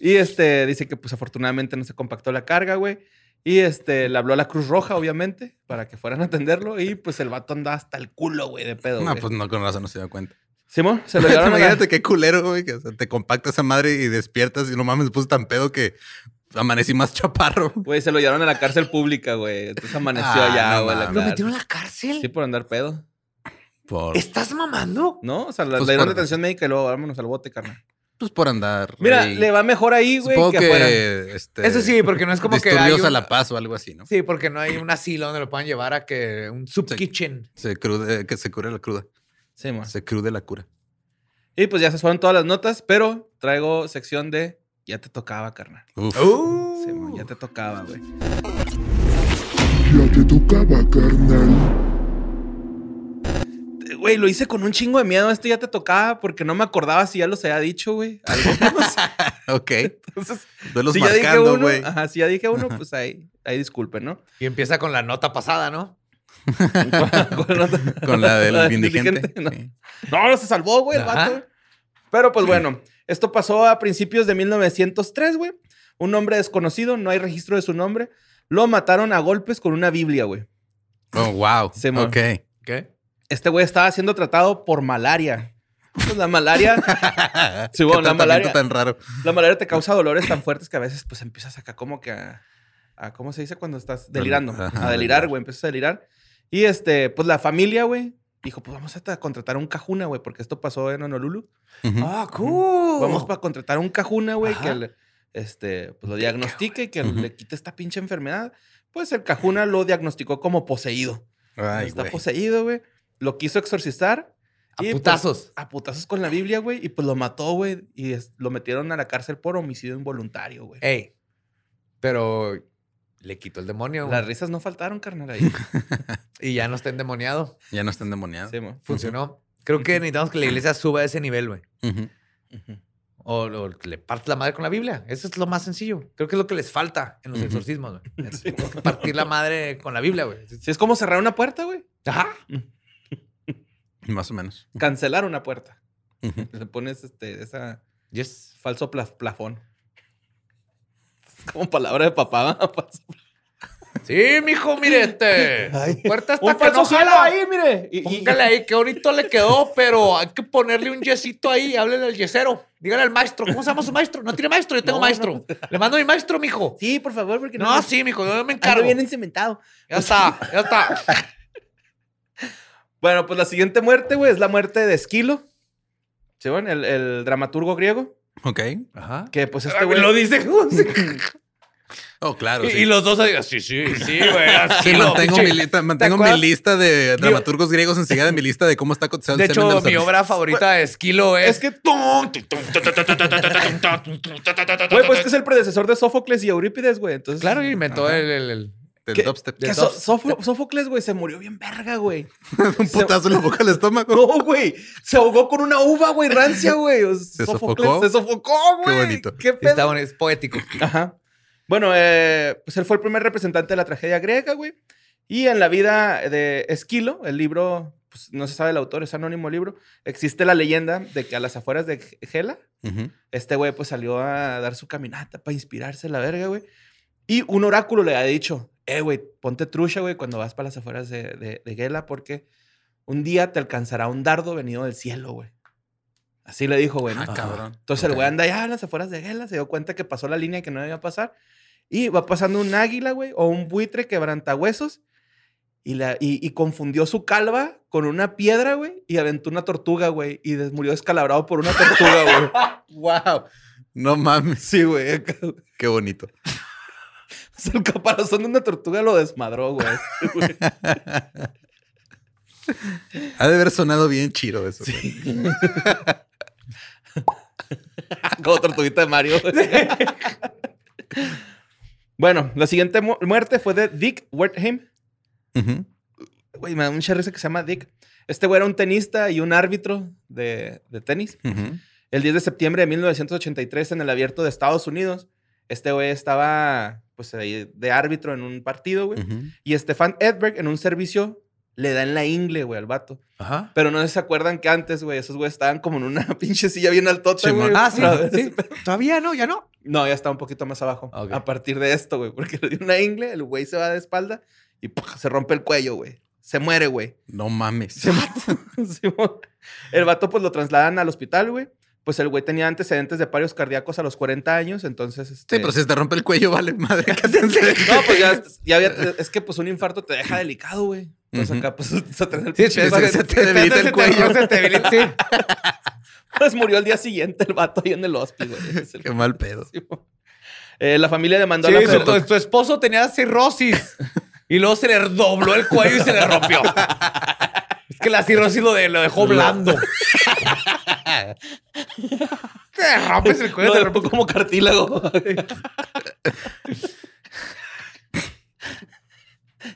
Speaker 4: Y este dice que pues afortunadamente no se compactó la carga, güey. Y este le habló a la Cruz Roja, obviamente, para que fueran a atenderlo. Y pues el vato andaba hasta el culo, güey, de pedo.
Speaker 2: No,
Speaker 4: güey.
Speaker 2: pues no, con razón no se dio cuenta.
Speaker 4: Simón, se lo llevaron a la-
Speaker 2: <laughs> Imagínate qué culero, güey. Que o sea, te compacta esa madre y despiertas y no mames, me puse tan pedo que amanecí más chaparro.
Speaker 4: Güey, se lo llevaron a la cárcel pública, güey. Entonces amaneció
Speaker 2: Ah,
Speaker 4: allá,
Speaker 2: no
Speaker 4: güey. a la
Speaker 2: mames.
Speaker 3: ¿Lo
Speaker 4: cárcel.
Speaker 3: metieron a la cárcel?
Speaker 4: Sí, por andar pedo.
Speaker 2: Por,
Speaker 3: ¿Estás mamando?
Speaker 4: ¿No? O sea, la-
Speaker 2: Pues
Speaker 4: le dieron
Speaker 2: por-
Speaker 4: detención médica y luego vámonos al bote, carnal.
Speaker 2: pues por andar.
Speaker 4: Mira,
Speaker 2: ahí.
Speaker 4: le va mejor ahí, güey,
Speaker 2: Supongo
Speaker 4: que,
Speaker 2: que,
Speaker 4: afuera.
Speaker 2: este,
Speaker 3: Eso sí, porque no es como que. hay
Speaker 2: disturbios a
Speaker 3: un-
Speaker 2: la paz o algo así, ¿no?
Speaker 3: Sí, porque no hay un asilo donde lo puedan llevar a que un sub kitchen.
Speaker 2: Se crude- que se cure la cruda.
Speaker 4: Sí, más.
Speaker 2: Se crude la cura.
Speaker 4: Y pues ya se fueron todas las notas, pero traigo sección de ya te tocaba, carnal.
Speaker 2: Uf.
Speaker 4: Sí, Uh. mo, ya te tocaba, güey.
Speaker 5: Ya te tocaba, carnal.
Speaker 4: Eh, Güey, lo hice con un chingo de miedo. Este ya te tocaba porque no me acordaba si ya los había dicho,
Speaker 2: <laughs>
Speaker 4: güey. Algunos.
Speaker 2: Ok.
Speaker 4: Entonces,
Speaker 2: Duelos
Speaker 4: si ya dije
Speaker 2: marcando,
Speaker 4: uno,
Speaker 2: güey.
Speaker 4: ajá, si ya dije
Speaker 2: <laughs>
Speaker 4: uno, pues ahí, ahí disculpen, ¿no?
Speaker 3: Y empieza con la nota pasada, ¿no?
Speaker 4: Con nota-
Speaker 2: <laughs> Con la del
Speaker 4: la del
Speaker 2: indigente.
Speaker 4: indigente, no. No, no se salvó, güey, el
Speaker 3: Ajá.
Speaker 4: vato. Pero pues bueno, esto pasó a principios de 1903, güey. Un hombre desconocido, no hay registro de su nombre. Lo mataron a golpes con una Biblia, güey.
Speaker 2: Oh, wow.
Speaker 4: Sí, mo.
Speaker 2: ok. <laughs>
Speaker 3: ¿Qué?
Speaker 4: Este güey estaba siendo tratado por malaria. Pues la malaria,
Speaker 2: <laughs>
Speaker 4: Sí,
Speaker 2: Qué
Speaker 4: bueno, la
Speaker 2: tratamiento
Speaker 4: malaria-
Speaker 2: tan raro.
Speaker 4: la malaria te causa dolores tan fuertes que a veces pues empiezas acá como que a, a- ¿cómo se dice cuando estás delirando?
Speaker 2: Ajá,
Speaker 4: a
Speaker 2: delirar.
Speaker 4: delirar, güey, empiezas a delirar. Y este, pues la familia, güey, dijo, pues vamos a ta- contratar un cajuna, güey, porque esto pasó en Honolulu.
Speaker 2: Ujú.
Speaker 3: Ah, cool.
Speaker 4: Vamos para contratar un cajuna, güey,
Speaker 3: Ajá.
Speaker 4: que le- este, pues lo diagnostique y que
Speaker 2: Ujú.
Speaker 4: le quite esta pinche enfermedad. Pues el cajuna lo diagnosticó como poseído.
Speaker 2: Ay,
Speaker 4: Está
Speaker 2: güey.
Speaker 4: poseído, güey. Lo quiso exorcizar.
Speaker 3: A
Speaker 4: y, pues,
Speaker 3: putazos.
Speaker 4: a putazos con la Biblia, güey. Y pues lo mató, güey. Y es- lo metieron a la cárcel por homicidio involuntario, güey.
Speaker 3: Ey. Pero le quitó el demonio. güey.
Speaker 4: Las risas no faltaron, carnal,
Speaker 3: <laughs>
Speaker 4: ahí.
Speaker 3: Y ya no está endemoniado.
Speaker 2: Ya no está endemoniado.
Speaker 4: Sí, mo.
Speaker 3: Funcionó. Creo que necesitamos que la iglesia suba a ese nivel, güey.
Speaker 2: Ujú.
Speaker 4: Ujú.
Speaker 3: O, o le partes la madre con la Biblia. Eso es lo más sencillo. Creo que es lo que les falta en los <laughs>
Speaker 2: Ujú.
Speaker 3: exorcismos, güey. Tenemos que Partir la madre con la Biblia, güey.
Speaker 4: Sí, es como cerrar una puerta, güey.
Speaker 3: Ajá.
Speaker 2: Más o menos.
Speaker 4: Cancelar una puerta.
Speaker 2: Ujú.
Speaker 4: <laughs> Le pones este, esa
Speaker 3: Yes.
Speaker 4: falso pla- plafón. <laughs> Es como palabra de papá. ¿va? <laughs> Falso-
Speaker 3: Sí, mijo, mire este. su Puerta está
Speaker 4: Un
Speaker 3: que no
Speaker 4: falso cielo
Speaker 3: jala.
Speaker 4: ahí, mire. Y- y-
Speaker 3: Póngale ahí, qué bonito le quedó, pero hay que ponerle un yesito ahí. Háblele al yesero. Dígale al maestro. ¿Cómo se llama su maestro? No tiene maestro, yo tengo
Speaker 4: No,
Speaker 3: maestro. Le mando a mi maestro, mijo.
Speaker 4: Sí, por favor, porque
Speaker 3: no, sí, mijo, yo me
Speaker 4: Ando
Speaker 3: encargo.
Speaker 4: bien encementado.
Speaker 3: Ya está, ya está.
Speaker 4: Bueno, pues la siguiente muerte, güey, es la muerte de Esquilo. ¿Sí, bueno? El, el dramaturgo griego.
Speaker 2: Ok.
Speaker 3: Ajá.
Speaker 4: Que pues este
Speaker 3: Este
Speaker 4: güey...
Speaker 3: lo <laughs> dice.
Speaker 2: Oh, claro.
Speaker 3: Y,
Speaker 2: sí.
Speaker 3: y los dos ahí, sí, sí, sí, güey. <laughs> así
Speaker 2: Sí,
Speaker 3: lo-
Speaker 2: mantengo, mi, lista, mantengo mi
Speaker 3: acuerdas?
Speaker 2: lista de dramaturgos griegos enseguida de mi lista de cómo está cotizado
Speaker 3: De
Speaker 2: el semen
Speaker 3: hecho,
Speaker 2: los
Speaker 3: mi
Speaker 2: artistas.
Speaker 3: obra favorita de Esquilo es.
Speaker 4: Es que... Güey, pues que es el predecesor de Sófocles y Eurípides, güey. Entonces...
Speaker 3: Claro, inventó
Speaker 2: Ajá.
Speaker 3: el. el- el-
Speaker 2: Del
Speaker 4: que-
Speaker 2: dubstep.
Speaker 4: que So- Sofo- Sófocles, güey, se murió bien verga, <laughs> güey.
Speaker 2: Un putazo en la boca al estómago.
Speaker 4: No, güey. Se ahogó con una uva, güey, rancia, güey. O-
Speaker 2: ¿Se
Speaker 4: Sófocles
Speaker 2: sofocó?
Speaker 4: Se sofocó,
Speaker 2: Qué
Speaker 4: güey.
Speaker 2: bonito.
Speaker 4: Qué pedo.
Speaker 3: Está bueno, es poético.
Speaker 4: Ajá. Bueno, eh, pues él fue el primer representante de la tragedia griega, güey. Y en la vida de Esquilo, el libro, pues no se sabe el autor, es anónimo el libro, existe la leyenda de que a las afueras de G- Gela,
Speaker 2: Ujú.
Speaker 4: este güey pues salió a dar su caminata para inspirarse la verga, güey. Y un oráculo le ha dicho, eh, güey, ponte trucha, güey, cuando vas para las afueras de, de, de Gela, porque un día te alcanzará un dardo venido del cielo, güey. Así le dijo, güey. ¿no?
Speaker 2: Ah, cabrón.
Speaker 4: Entonces el güey anda ya en las afueras de Gela, se dio cuenta que pasó la línea que no debía pasar. Y va pasando un águila, güey, o un buitre quebrantahuesos. Y, la, y, y confundió su calva con una piedra, güey, y aventó una tortuga, güey. Y des- murió descalabrado por una tortuga, güey.
Speaker 2: Wow. No mames.
Speaker 4: Sí, güey. <laughs> acá, güey.
Speaker 2: Qué bonito.
Speaker 4: O sea, el caparazón de una tortuga lo desmadró, güey.
Speaker 2: Ha de haber sonado bien chido eso.
Speaker 4: Como tortuguita de Mario. güey. <laughs> bueno, la siguiente mu- muerte fue de Dick Wertheim.
Speaker 2: Ujú.
Speaker 4: Güey, me da mucha risa que se llama Dick. Este güey era un tenista y un árbitro de, de tenis.
Speaker 2: Ujú.
Speaker 4: El 10 de septiembre de 1983, en el abierto de Estados Unidos, este güey estaba pues ahí de árbitro en un partido, güey.
Speaker 2: Ujú.
Speaker 4: Y Stefan Edberg, en un servicio, le da en la ingle, güey, al vato.
Speaker 3: Ajá.
Speaker 4: Pero no sé si se acuerdan que antes, güey, esos güeyes estaban como en una <laughs> pinche silla bien altota,
Speaker 2: Simón.
Speaker 4: güey.
Speaker 3: Ah, sí,
Speaker 4: Otra
Speaker 3: <laughs>
Speaker 4: vez.
Speaker 3: sí. Todavía no, ya
Speaker 4: <laughs>
Speaker 3: no.
Speaker 4: No, ya está un poquito más abajo.
Speaker 3: Ok.
Speaker 4: A partir de esto, güey, porque <laughs> le dio una ingle, el güey se va de espalda y ¡pah! se rompe el cuello, güey. Se
Speaker 3: <laughs>
Speaker 4: muere, güey.
Speaker 2: No mames. Ah,
Speaker 4: Se mata. Simón. el vato, pues lo trasladan al hospital, güey. Pues el güey tenía antecedentes de parios cardíacos a los 40 años, entonces. Este...
Speaker 2: Sí,
Speaker 3: pues,
Speaker 2: pero si te rompe el cuello, <laughs> vale madre.
Speaker 4: <laughs>
Speaker 3: <laughs>
Speaker 4: No, pues ya, ya había. Es que, pues, un infarto te deja delicado, güey. Entonces acá, pues, <laughs> se atrás el
Speaker 3: Sí,
Speaker 4: pinche
Speaker 3: se,
Speaker 4: vato.
Speaker 3: se te debilita el cuello. Se te debilita, sí.
Speaker 4: Pues murió al día siguiente el vato ahí en el hospital, güey.
Speaker 3: <laughs>
Speaker 4: Es el-
Speaker 2: Qué mal pedo.
Speaker 4: <laughs> Eh, la familia demandó
Speaker 3: Sí,
Speaker 4: a la
Speaker 3: su,
Speaker 4: federación.
Speaker 3: tu, tu esposo tenía cirrosis y luego se le dobló el cuello y se le rompió. Es que la cirrosis lo, de- lo dejó blando. Te rompes el cuello,
Speaker 4: Lo
Speaker 3: te
Speaker 4: dejó
Speaker 3: rompes.
Speaker 4: como cartílago. <laughs>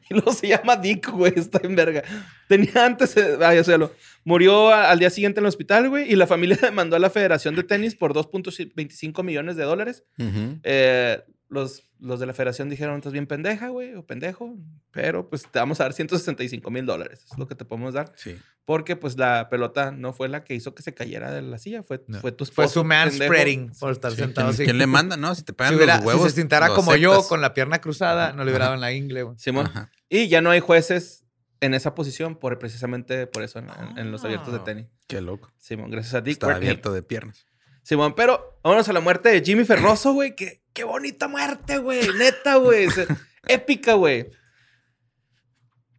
Speaker 4: y luego se llama Dick, güey. Está en verga. Tenía antes... eh, Ay, o sea, lo- Murió a- al día siguiente en el hospital, güey. Y la familia demandó a la Federación de Tenis por 2.25 millones de dólares.
Speaker 2: Ujú.
Speaker 4: Eh, los, los de la federación dijeron, estás bien pendeja, güey, o pendejo, pero pues te vamos a dar 165 mil dólares, es lo que te podemos dar,
Speaker 2: Sí.
Speaker 4: porque pues la pelota no fue la que hizo que se cayera de la silla, fue, fue tu
Speaker 3: Fue
Speaker 4: esposo.
Speaker 3: su man
Speaker 4: pendejo.
Speaker 3: spreading por estar
Speaker 2: Sí,
Speaker 3: sentado
Speaker 2: ¿quién,
Speaker 3: así.
Speaker 2: quién le manda? No, si te
Speaker 3: si,
Speaker 2: pagan
Speaker 3: hubiera-
Speaker 2: los
Speaker 3: si
Speaker 2: huevos.
Speaker 3: se sentara
Speaker 2: lo
Speaker 3: como yo
Speaker 2: aceptas.
Speaker 3: con la pierna cruzada, no le hubiera dado en la ingle. güey.
Speaker 4: Simón.
Speaker 2: Ajá.
Speaker 4: Y ya no hay jueces en esa posición por precisamente por eso en, en- en los abiertos de
Speaker 3: Ah.
Speaker 4: tenis.
Speaker 2: Qué loco.
Speaker 4: Simón, gracias a Dick.
Speaker 2: Estaba
Speaker 4: Courtney.
Speaker 2: abierto de piernas.
Speaker 4: Simón, pero vámonos a la muerte de Jimmy Ferroso, güey. Qué, qué bonita muerte, güey. Neta, güey. Se- Épica, güey.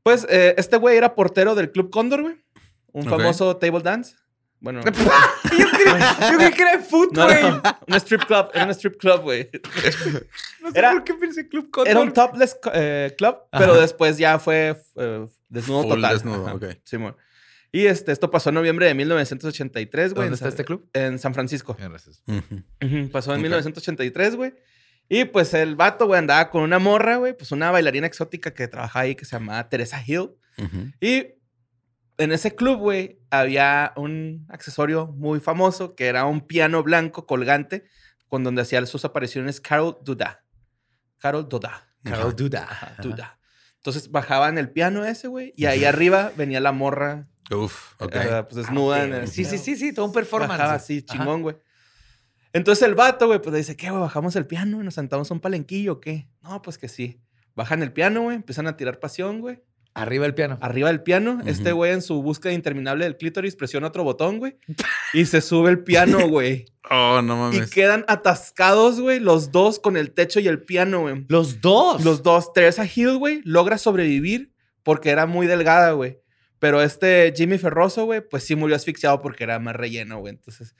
Speaker 4: Pues eh, este güey era portero del Club Cóndor, güey. Un
Speaker 2: Ok.
Speaker 4: famoso table dance.
Speaker 3: Eh,
Speaker 4: Bueno,
Speaker 3: pues,
Speaker 4: <laughs>
Speaker 3: yo, creí, yo creí que era de foot,
Speaker 4: no,
Speaker 3: güey.
Speaker 4: no, un strip club. Era un strip club, güey.
Speaker 3: <laughs> No <laughs> sé
Speaker 4: Era-
Speaker 3: por qué pensé Club Condor.
Speaker 4: Era un topless eh, club, pero
Speaker 3: Ajá.
Speaker 4: después ya fue eh, desnudo
Speaker 2: Full
Speaker 4: total.
Speaker 2: desnudo,
Speaker 4: Ajá,
Speaker 2: ok.
Speaker 4: Simón. Y este, esto pasó en noviembre de 1983, güey. en
Speaker 3: ¿Dónde está
Speaker 4: Sa-
Speaker 3: este club?
Speaker 4: En San Francisco.
Speaker 2: Ujú.
Speaker 4: Ujú, Pasó en
Speaker 2: Ok.
Speaker 4: 1983, güey. Y pues el vato, güey, andaba con una morra, güey, pues una bailarina exótica que trabajaba ahí que se llamaba Teresa Hill.
Speaker 2: Ujú.
Speaker 4: Y en ese club, güey, había un accesorio muy famoso que era un piano blanco colgante con donde hacía sus apariciones Carol Duda. Carol Duda.
Speaker 3: Carol Duda.
Speaker 4: Ajá, Duda. Entonces bajaban el piano ese, güey, y ahí arriba venía la morra,
Speaker 2: Uf, ok.
Speaker 4: eh, pues desnuda. en el-
Speaker 3: Sí, sí, sí, sí, todo un performance.
Speaker 4: Bajaba así, chingón, güey. Entonces el vato, güey, pues le dice, ¿qué, güey? ¿Bajamos el piano y nos sentamos a un palenquillo o qué? No, pues que sí. Bajan el piano, güey, empiezan a tirar pasión, güey.
Speaker 3: Arriba el piano.
Speaker 4: Arriba del piano, este
Speaker 2: Ujú.
Speaker 4: güey en su búsqueda interminable del clítoris presiona otro botón, güey. Y se sube el
Speaker 3: <laughs>
Speaker 4: piano, güey.
Speaker 2: Oh, no
Speaker 4: y
Speaker 2: mames.
Speaker 4: quedan atascados, güey, los dos con el techo y el piano, güey.
Speaker 3: Los dos.
Speaker 4: Los dos. Teresa Hill, güey, logra sobrevivir porque era muy delgada, güey. Pero este Jimmy Ferroso, güey, pues sí murió asfixiado porque era más relleno, güey. Entonces,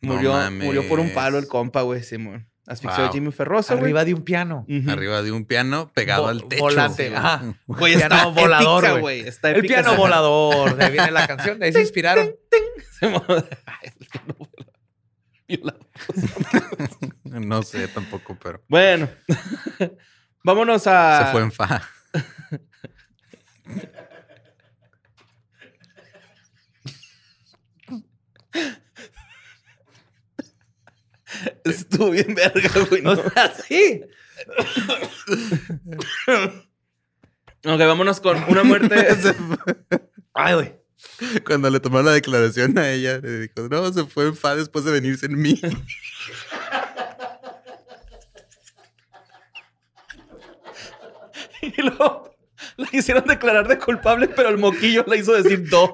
Speaker 2: No
Speaker 4: murió,
Speaker 2: mames.
Speaker 4: murió por un palo el compa, güey, Simón. Asfixió a
Speaker 2: Wow.
Speaker 4: Jimmy Ferroso, güey.
Speaker 3: Arriba de un piano.
Speaker 4: Ujú.
Speaker 2: Arriba de un piano pegado
Speaker 3: Vo-
Speaker 2: al techo.
Speaker 3: Volante.
Speaker 2: Sí,
Speaker 3: Ajá.
Speaker 2: güey.
Speaker 4: Güey,
Speaker 3: Piano
Speaker 4: está
Speaker 3: volador,
Speaker 4: épica,
Speaker 3: güey.
Speaker 4: güey. Está
Speaker 3: El
Speaker 4: épica
Speaker 3: piano
Speaker 4: esa-
Speaker 3: volador. <laughs> De ahí viene la canción. De ahí se inspiraron.
Speaker 4: <laughs> Simón. Ay, el piano volador. Violador.
Speaker 2: <laughs> No sé tampoco, pero
Speaker 4: Bueno, <laughs> vámonos a.
Speaker 2: se fue en fa. <laughs>
Speaker 4: Estuvo bien verga, güey. ¿no?
Speaker 3: Sí.
Speaker 4: Ok, vámonos con una muerte. <laughs>
Speaker 3: Ay, güey.
Speaker 2: Cuando le tomaron la declaración a ella, le dijo, no, se fue en fa después de venirse en mí.
Speaker 4: y luego la quisieron declarar de culpable, pero el moquillo la hizo decir <laughs> do.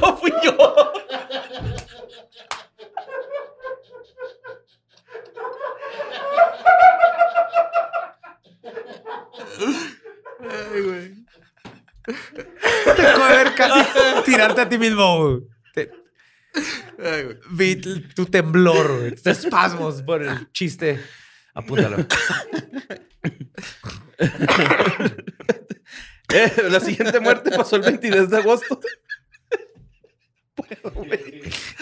Speaker 4: no fui yo.
Speaker 3: <laughs> Te tocó ver <laughs> casi tirarte a ti mismo, güey. Te-
Speaker 2: Ay, güey.
Speaker 3: Vi l- tu temblor, güey. Tus espasmos por el chiste. Apúntalo.
Speaker 4: Eh, la siguiente muerte pasó el 22 de agosto.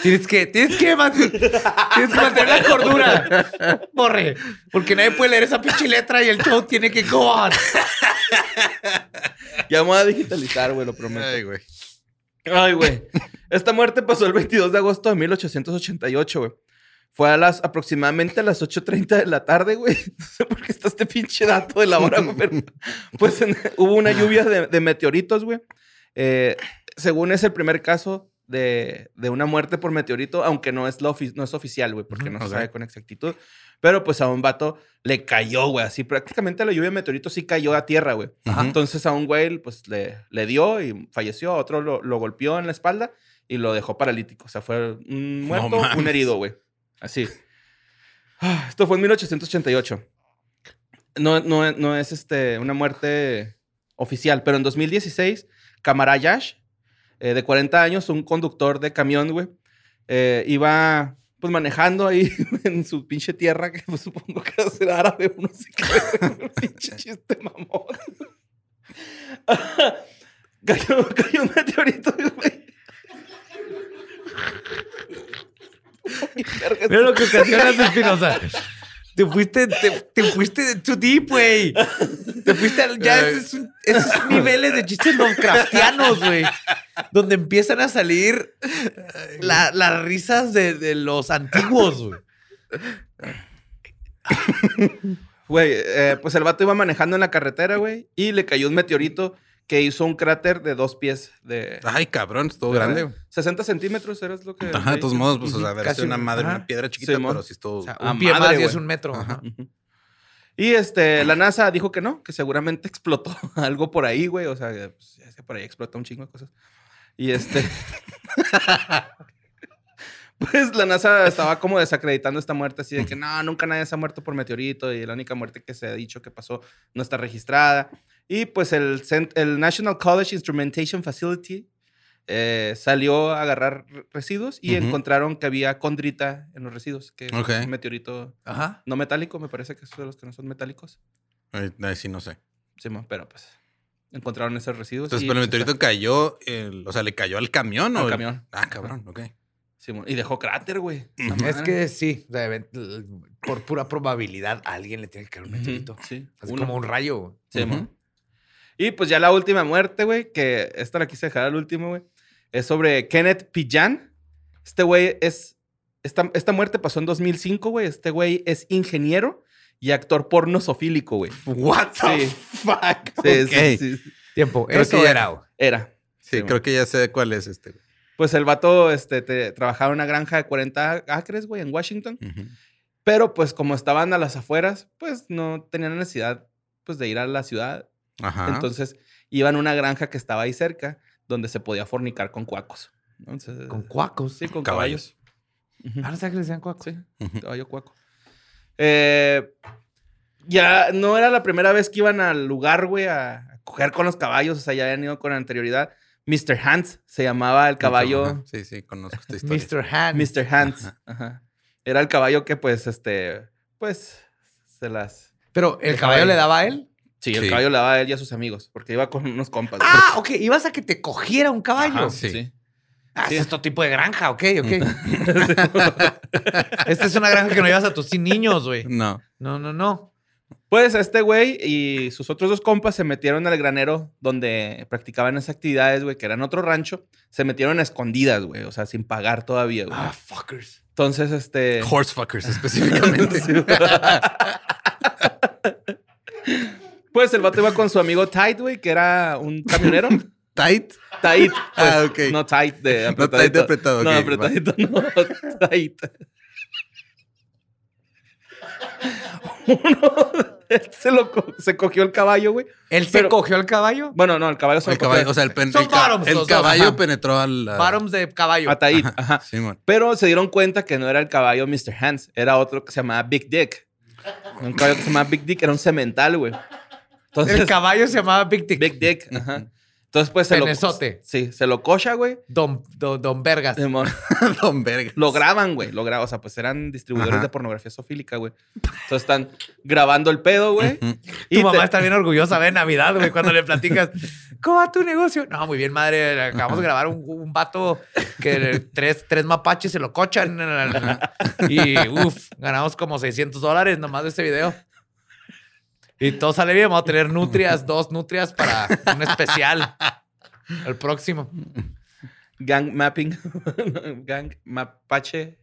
Speaker 3: Tienes que, tienes que, man- tienes que mantener la cordura. Borre. Porque nadie puede leer esa pinche letra y el show tiene que go on.
Speaker 4: Ya me voy a digitalizar, güey, lo prometo.
Speaker 2: Ay, güey.
Speaker 4: Ay, güey. Esta muerte pasó el 22 de agosto de 1888, güey. Fue a las aproximadamente a las 8.30 de la tarde, güey. <laughs> No sé por qué está este pinche dato de la hora, güey. pero, pues en- hubo una lluvia de, de meteoritos, güey. Eh, según es el primer caso de, de una muerte por meteorito, aunque no es, la ofi- no es oficial, güey, porque no se sabe con exactitud. Pero pues a un vato le cayó, güey. Así prácticamente la lluvia de meteoritos sí cayó a tierra, güey. Entonces a un güey pues le, le dio y falleció. A otro lo, lo golpeó en la espalda y lo dejó paralítico. O sea, fue un muerto, un
Speaker 2: mames.
Speaker 4: herido, güey. Así. Ah, Esto fue en 1888. no, no, no es este, una muerte oficial, pero en 2016, Kamara Yash, eh, de 40 años, un conductor de camión, güey, eh, iba pues manejando ahí <laughs> en su pinche tierra, que pues, supongo que va a ser árabe, uno se cree, <laughs> pinche chiste mamón. <laughs> cayó, cayó un meteorito, güey.
Speaker 3: Mira lo que ocasionas, Espinosa. Te fuiste, te, te fuiste too deep, güey. Te fuiste al- ya
Speaker 2: Ay.
Speaker 3: esos, son- esos son niveles de chistes Lovecraftianos, güey. Donde empiezan a salir la- las risas de, de los antiguos, güey.
Speaker 4: Güey, eh, pues el vato iba manejando en la carretera, güey, y le cayó un meteorito que hizo un cráter de dos pies de...
Speaker 2: Ay, cabrón, estuvo Ah, grande. güey.
Speaker 4: 60 centímetros, eras lo que...
Speaker 2: Ajá, de todos modos, pues, o sea, haber
Speaker 3: Casi
Speaker 2: sido una
Speaker 3: un-
Speaker 2: madre,
Speaker 3: ajá.
Speaker 2: una piedra chiquita,
Speaker 4: Simón.
Speaker 2: pero sí estuvo.
Speaker 3: O sea,
Speaker 4: <laughs> Ah,
Speaker 3: un pie
Speaker 4: madre,
Speaker 3: más y es
Speaker 4: güey.
Speaker 3: un metro. ajá.
Speaker 4: Y este, la NASA dijo que no, que seguramente <laughs> explotó algo por ahí, güey. O sea, que, pues, ya sé, por ahí explota un chingo de cosas. Y este. <laughs> pues la NASA estaba como desacreditando esta muerte, así de que no, nunca nadie se ha muerto por meteorito y la única muerte que se ha dicho que pasó no está registrada. Y pues el, cent- el National College Instrumentation Facility eh, salió a agarrar re- residuos y
Speaker 2: Ujú.
Speaker 4: encontraron que había condrita en los residuos, que
Speaker 2: Ok.
Speaker 4: es un meteorito
Speaker 3: Ajá.
Speaker 4: no metálico, me parece que es de los que no son metálicos.
Speaker 2: Ay, ay, sí, no sé.
Speaker 4: Sí, ma, pero pues encontraron esos residuos.
Speaker 2: Entonces,
Speaker 4: y,
Speaker 2: pero el
Speaker 4: pues,
Speaker 2: meteorito cayó, el- o sea, le cayó al camión
Speaker 4: Al
Speaker 2: o.
Speaker 4: camión.
Speaker 2: Ah, cabrón, ok.
Speaker 4: sí, ma, y dejó cráter, güey.
Speaker 3: Es que sí, de event- por pura probabilidad a alguien le tiene que caer un meteorito.
Speaker 4: Sí,
Speaker 3: Así
Speaker 4: uno.
Speaker 3: como un rayo. güey.
Speaker 4: Sí,
Speaker 2: Ujú.
Speaker 4: ma. Y pues ya la última muerte, güey, que esta la quise dejar al último, güey, es sobre Kenneth Pillan. Este güey es. Esta, esta muerte pasó en 2005, güey. Este güey es ingeniero y actor porno sofílico,
Speaker 2: <laughs>
Speaker 4: güey.
Speaker 2: What
Speaker 4: Sí.
Speaker 2: fuck?
Speaker 4: Sí,
Speaker 2: Ok.
Speaker 4: sí, sí.
Speaker 3: Tiempo.
Speaker 2: Creo
Speaker 3: Eso
Speaker 2: que ya-
Speaker 3: era. güey.
Speaker 4: Era.
Speaker 2: Sí,
Speaker 4: Sí, ma.
Speaker 2: creo que ya sé cuál es este.
Speaker 4: Pues el vato este, te- trabajaba en una granja de 40 acres, güey, en Washington.
Speaker 2: Ujú.
Speaker 4: Pero pues como estaban a las afueras, pues no tenían necesidad pues de ir a la ciudad.
Speaker 2: Ajá.
Speaker 4: Entonces iban a una granja que estaba ahí cerca donde se podía fornicar con cuacos. Entonces,
Speaker 3: eh, Con cuacos.
Speaker 4: Sí, con
Speaker 2: Caballos.
Speaker 4: caballos.
Speaker 3: Ah, no sé que le decían cuacos.
Speaker 4: Ujú,
Speaker 2: Ujú.
Speaker 4: Caballo cuaco. Eh, ya no era la primera vez que iban al lugar, güey, a, a coger con los caballos. O sea, ya habían ido con anterioridad. Mr. Hans se llamaba el
Speaker 2: Ajá.
Speaker 4: caballo.
Speaker 2: Sí, sí, conozco esta historia.
Speaker 3: Mr. Hand.
Speaker 4: Mr. Hans.
Speaker 2: Ajá.
Speaker 4: Ajá. Era el caballo que pues, este, pues, se las...
Speaker 3: Pero el caballo
Speaker 4: caballo.
Speaker 3: le daba a él.
Speaker 4: Sí, el
Speaker 2: Sí.
Speaker 4: caballo la daba a él y a sus amigos, porque iba con unos compas. güey.
Speaker 3: Ah, ok. Ibas a que te cogiera un caballo.
Speaker 2: Ajá, sí.
Speaker 3: Ah,
Speaker 4: Sí.
Speaker 3: es otro tipo de granja, ok, ok. <laughs>
Speaker 4: <laughs>
Speaker 3: Esta es una granja que no llevas a tus sí niños, güey.
Speaker 2: No.
Speaker 3: No, no, no.
Speaker 4: Pues este güey y sus otros dos compas se metieron al granero donde practicaban esas actividades, güey, que eran otro rancho. Se metieron a escondidas, güey, o sea, sin pagar todavía, güey.
Speaker 3: Ah, fuckers.
Speaker 4: Entonces,
Speaker 3: Eh.
Speaker 4: este...
Speaker 2: Horsefuckers específicamente.
Speaker 4: <laughs> Pues el vato iba con su amigo Tide, güey, que era un
Speaker 2: <laughs>
Speaker 4: camionero.
Speaker 2: Tight.
Speaker 4: Tide.
Speaker 2: Ah, ok.
Speaker 4: pues, No tight de
Speaker 2: No tight de apretado,
Speaker 4: No,
Speaker 2: ok,
Speaker 4: apretadito, <laughs> no. Tight. Uno él se, lo co- se cogió el caballo, güey.
Speaker 3: <laughs> Él se
Speaker 4: Pero-
Speaker 3: cogió al caballo.
Speaker 4: Bueno, no, el caballo se
Speaker 2: El
Speaker 4: lo cogió
Speaker 2: caballo, o sea, el, pen-
Speaker 3: Son
Speaker 2: el, ca-
Speaker 3: bottoms
Speaker 2: el
Speaker 3: los dos,
Speaker 2: caballo
Speaker 3: ajá.
Speaker 2: penetró al. la-
Speaker 3: Bottoms de caballo.
Speaker 4: a Taid, ajá. <laughs>
Speaker 2: Simón.
Speaker 4: Pero se dieron cuenta que no era el caballo Mr. Hans, era otro que se llamaba Big Dick. Un caballo que se llamaba Big Dick era un cemental, güey. Entonces,
Speaker 3: El caballo se llamaba Big Dick.
Speaker 4: Big Dick, ajá. Entonces, pues se
Speaker 3: Penezote.
Speaker 4: lo. Sí, se lo cocha, güey.
Speaker 3: Don, don, don Vergas.
Speaker 4: Simón.
Speaker 2: Don Vergas.
Speaker 4: Lo graban, güey. Lo graban. O sea, pues eran distribuidores
Speaker 2: Ajá.
Speaker 4: de pornografía sofílica, güey. Entonces están grabando el pedo, güey.
Speaker 2: Ujú.
Speaker 3: Tu mamá
Speaker 4: te-
Speaker 3: está bien orgullosa de Navidad, güey, cuando le platicas, ¿cómo va tu negocio? No, muy bien, madre. Acabamos de grabar un, un vato que le- tres, tres mapaches se lo cochan. Y uff, ganamos como 600 dólares nomás de este video. Y todo sale bien. Vamos a tener nutrias, dos nutrias para un especial. El próximo.
Speaker 4: Gang mapping. <laughs> Gang mapache.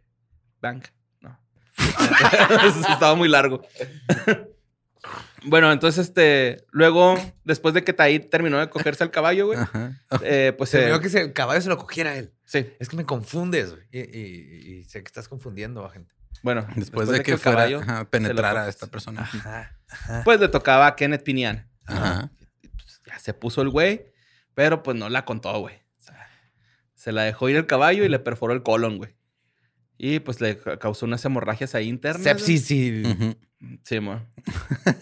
Speaker 4: Bank. No. <laughs> Eso Estaba muy largo. bueno, entonces, este. Luego, después de que Taid terminó de cogerse al caballo, güey,
Speaker 2: Ajá.
Speaker 4: eh, pues.
Speaker 3: Se me
Speaker 4: eh,
Speaker 3: dio que si el caballo se lo cogiera él.
Speaker 4: Sí,
Speaker 3: Es que me confundes, güey. Y, y- y sé que estás confundiendo a gente.
Speaker 4: bueno.
Speaker 2: Después, de que,
Speaker 4: el
Speaker 2: fuera
Speaker 4: caballo
Speaker 2: ajá,
Speaker 4: se
Speaker 2: penetrara
Speaker 4: lo-
Speaker 2: a esta persona.
Speaker 4: Pues le tocaba a Kenneth Pinian.
Speaker 2: Ajá.
Speaker 4: ya se puso el güey, pero pues no la contó, güey. O sea, se la dejó ir el caballo y le perforó el colon, güey. Y pues le ca- causó unas hemorragias ahí internas. güey.
Speaker 3: Sepsis y
Speaker 2: Ujú.
Speaker 4: Sí, mo.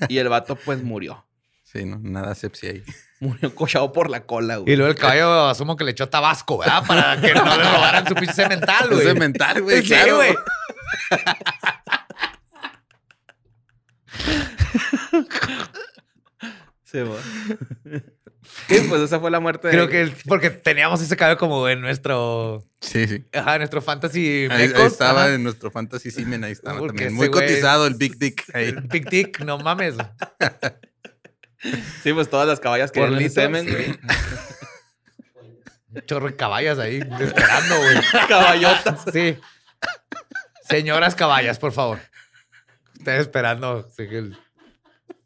Speaker 4: Y el vato, pues, murió.
Speaker 2: Sí, no, nada
Speaker 3: <laughs>
Speaker 2: sepsi ahí.
Speaker 4: Murió cochado por la cola,
Speaker 3: Y
Speaker 4: güey.
Speaker 3: luego el
Speaker 2: <laughs>
Speaker 3: caballo asumo que le echó tabasco, ¿verdad? Para que no le robaran su pinche cemental, güey.
Speaker 2: Es mental, güey.
Speaker 3: Sí,
Speaker 2: claro.
Speaker 3: güey.
Speaker 4: Sí, mo. Y, pues esa fue la muerte de-
Speaker 3: Creo que es porque teníamos ese caballo como en nuestro,
Speaker 2: Sí, sí.
Speaker 3: ajá, en nuestro fantasy
Speaker 2: Ahí, ahí
Speaker 3: mecos,
Speaker 2: estaba
Speaker 3: ajá.
Speaker 2: en nuestro fantasy semen, ahí estaba
Speaker 3: Porque
Speaker 2: también.
Speaker 3: ese
Speaker 2: Muy
Speaker 3: güey
Speaker 2: cotizado
Speaker 3: es-
Speaker 2: el Big Dick. ahí.
Speaker 3: El Tic Tic, no
Speaker 2: <laughs>
Speaker 3: mames.
Speaker 4: Sí, pues todas las caballas que
Speaker 3: Por
Speaker 4: eran
Speaker 3: litros.
Speaker 4: semen, güey.
Speaker 3: Un <laughs> Chorro de caballas ahí, esperando, güey.
Speaker 4: Caballotas.
Speaker 3: Sí. Señoras caballas, por favor. Ustedes esperando. sí, que el-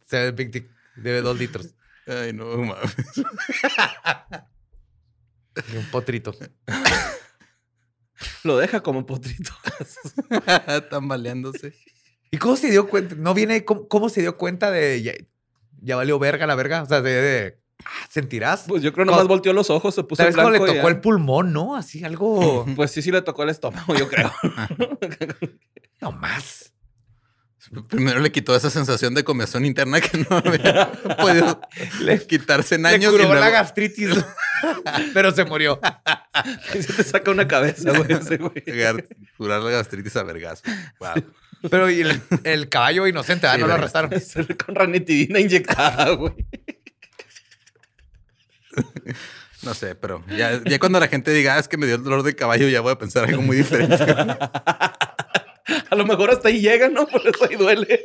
Speaker 3: Se ve el Big Dick. Debe dos litros.
Speaker 2: Ay, no mames. <laughs>
Speaker 3: Y un potrito.
Speaker 4: Lo deja como potrito.
Speaker 2: Tambaleándose.
Speaker 3: ¿Y cómo se dio cuenta? ¿No viene cómo, cómo se dio cuenta de ya, ya valió verga la verga? O sea, de. de, ah, ¿Sentirás?
Speaker 4: Pues yo creo nomás
Speaker 3: Cuando-
Speaker 4: volteó los ojos, se puso
Speaker 3: ¿Sabes cómo le
Speaker 4: blanco y
Speaker 3: tocó
Speaker 4: ya.
Speaker 3: el pulmón, no? Así algo.
Speaker 4: Pues sí, sí le tocó el estómago, yo creo. <laughs>
Speaker 3: No más.
Speaker 2: Primero le quitó esa sensación de comezón interna que no
Speaker 3: <laughs>
Speaker 2: había podido quitarse en años.
Speaker 3: Le curó
Speaker 2: y luego-
Speaker 3: la gastritis. <laughs> pero se murió.
Speaker 4: Y se te saca una cabeza, güey, ese güey.
Speaker 2: Llegar- curar la gastritis a vergas. Wow.
Speaker 3: Pero y el, el caballo inocente, ah,
Speaker 2: Sí,
Speaker 3: no lo
Speaker 2: verga.
Speaker 3: arrestaron.
Speaker 4: Sale Con ranitidina inyectada, <laughs> güey.
Speaker 2: No sé, pero ya, ya cuando la gente diga "Ah, es que me dio el dolor de caballo, ya voy a pensar algo
Speaker 3: <laughs>
Speaker 2: muy diferente.
Speaker 4: A lo mejor hasta ahí llega, ¿no? Por eso ahí duele.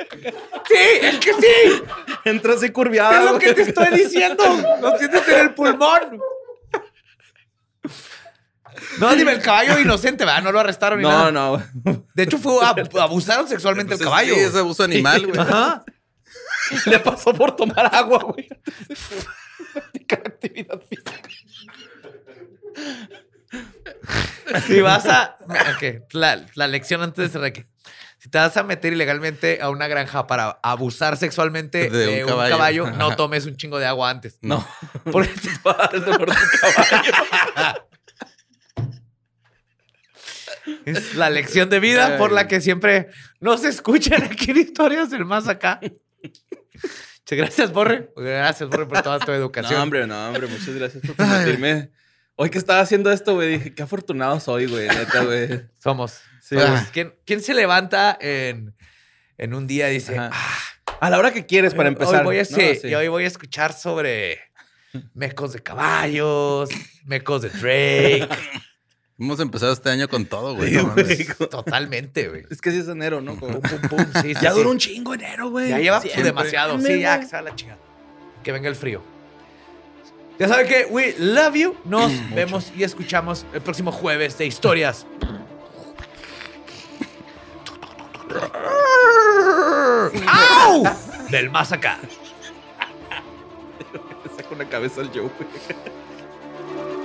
Speaker 3: Sí, es que sí.
Speaker 4: Entra así curviada.
Speaker 3: es lo que
Speaker 4: güey.
Speaker 3: te estoy
Speaker 4: <laughs>
Speaker 3: diciendo. Lo sientes en el pulmón. No, dime, el caballo inocente, ¿verdad? No lo arrestaron ni nada.
Speaker 4: No, no. güey. <laughs>
Speaker 3: De hecho, fue ab- abusaron sexualmente el caballo.
Speaker 2: Sí, Pues es abuso
Speaker 3: <laughs>
Speaker 2: animal, güey.
Speaker 3: Ajá.
Speaker 4: Le pasó por tomar agua, güey. <laughs>
Speaker 3: Si vas a. ok, La, la lección antes de cerrar aquí. Si te vas a meter ilegalmente a una granja para abusar sexualmente de, un, caballo, no <laughs>
Speaker 2: Ajá.
Speaker 3: tomes un chingo de agua antes.
Speaker 2: No.
Speaker 3: Porque
Speaker 4: Padre, por tu caballo.
Speaker 3: es la lección de vida por la que siempre nos escuchan aquí en historias del más acá. Muchas gracias, Borre. Gracias, Borre, por <laughs> toda tu educación.
Speaker 4: No, hombre, no, hombre. Muchas gracias por permitirme. Hoy que estaba haciendo esto, güey, dije, qué afortunado soy, güey, neta, güey.
Speaker 3: Somos.
Speaker 4: Sí.
Speaker 3: Somos. ¿Quién, quién se levanta en, en un día y dice,
Speaker 4: Ajá.
Speaker 3: "Ah,
Speaker 4: A la hora que quieres para empezar.
Speaker 3: Hoy voy a,
Speaker 4: ¿no?
Speaker 3: sí,
Speaker 4: Sí.
Speaker 3: y hoy voy a escuchar sobre mecos de caballos, mecos de Drake.
Speaker 4: <laughs>
Speaker 2: Hemos empezado este año con todo, güey.
Speaker 4: Sí,
Speaker 2: no mames.
Speaker 4: güey.
Speaker 3: Totalmente, güey.
Speaker 4: Es que sí es enero, ¿no? Como-
Speaker 3: Pum, pum, sí, sí,
Speaker 4: ya
Speaker 3: sí.
Speaker 4: duró un chingo enero, güey.
Speaker 3: Ya lleva
Speaker 4: Siempre.
Speaker 3: demasiado. Sí,
Speaker 4: Mames,
Speaker 3: ya,
Speaker 4: güey.
Speaker 3: que se va la chingada. Que venga el frío. Ya saben que we love you.
Speaker 4: <clears throat>
Speaker 3: Nos vemos y escuchamos el próximo jueves de historias. ¡Au! Del más acá.
Speaker 4: Saca una cabeza al Joe, güey.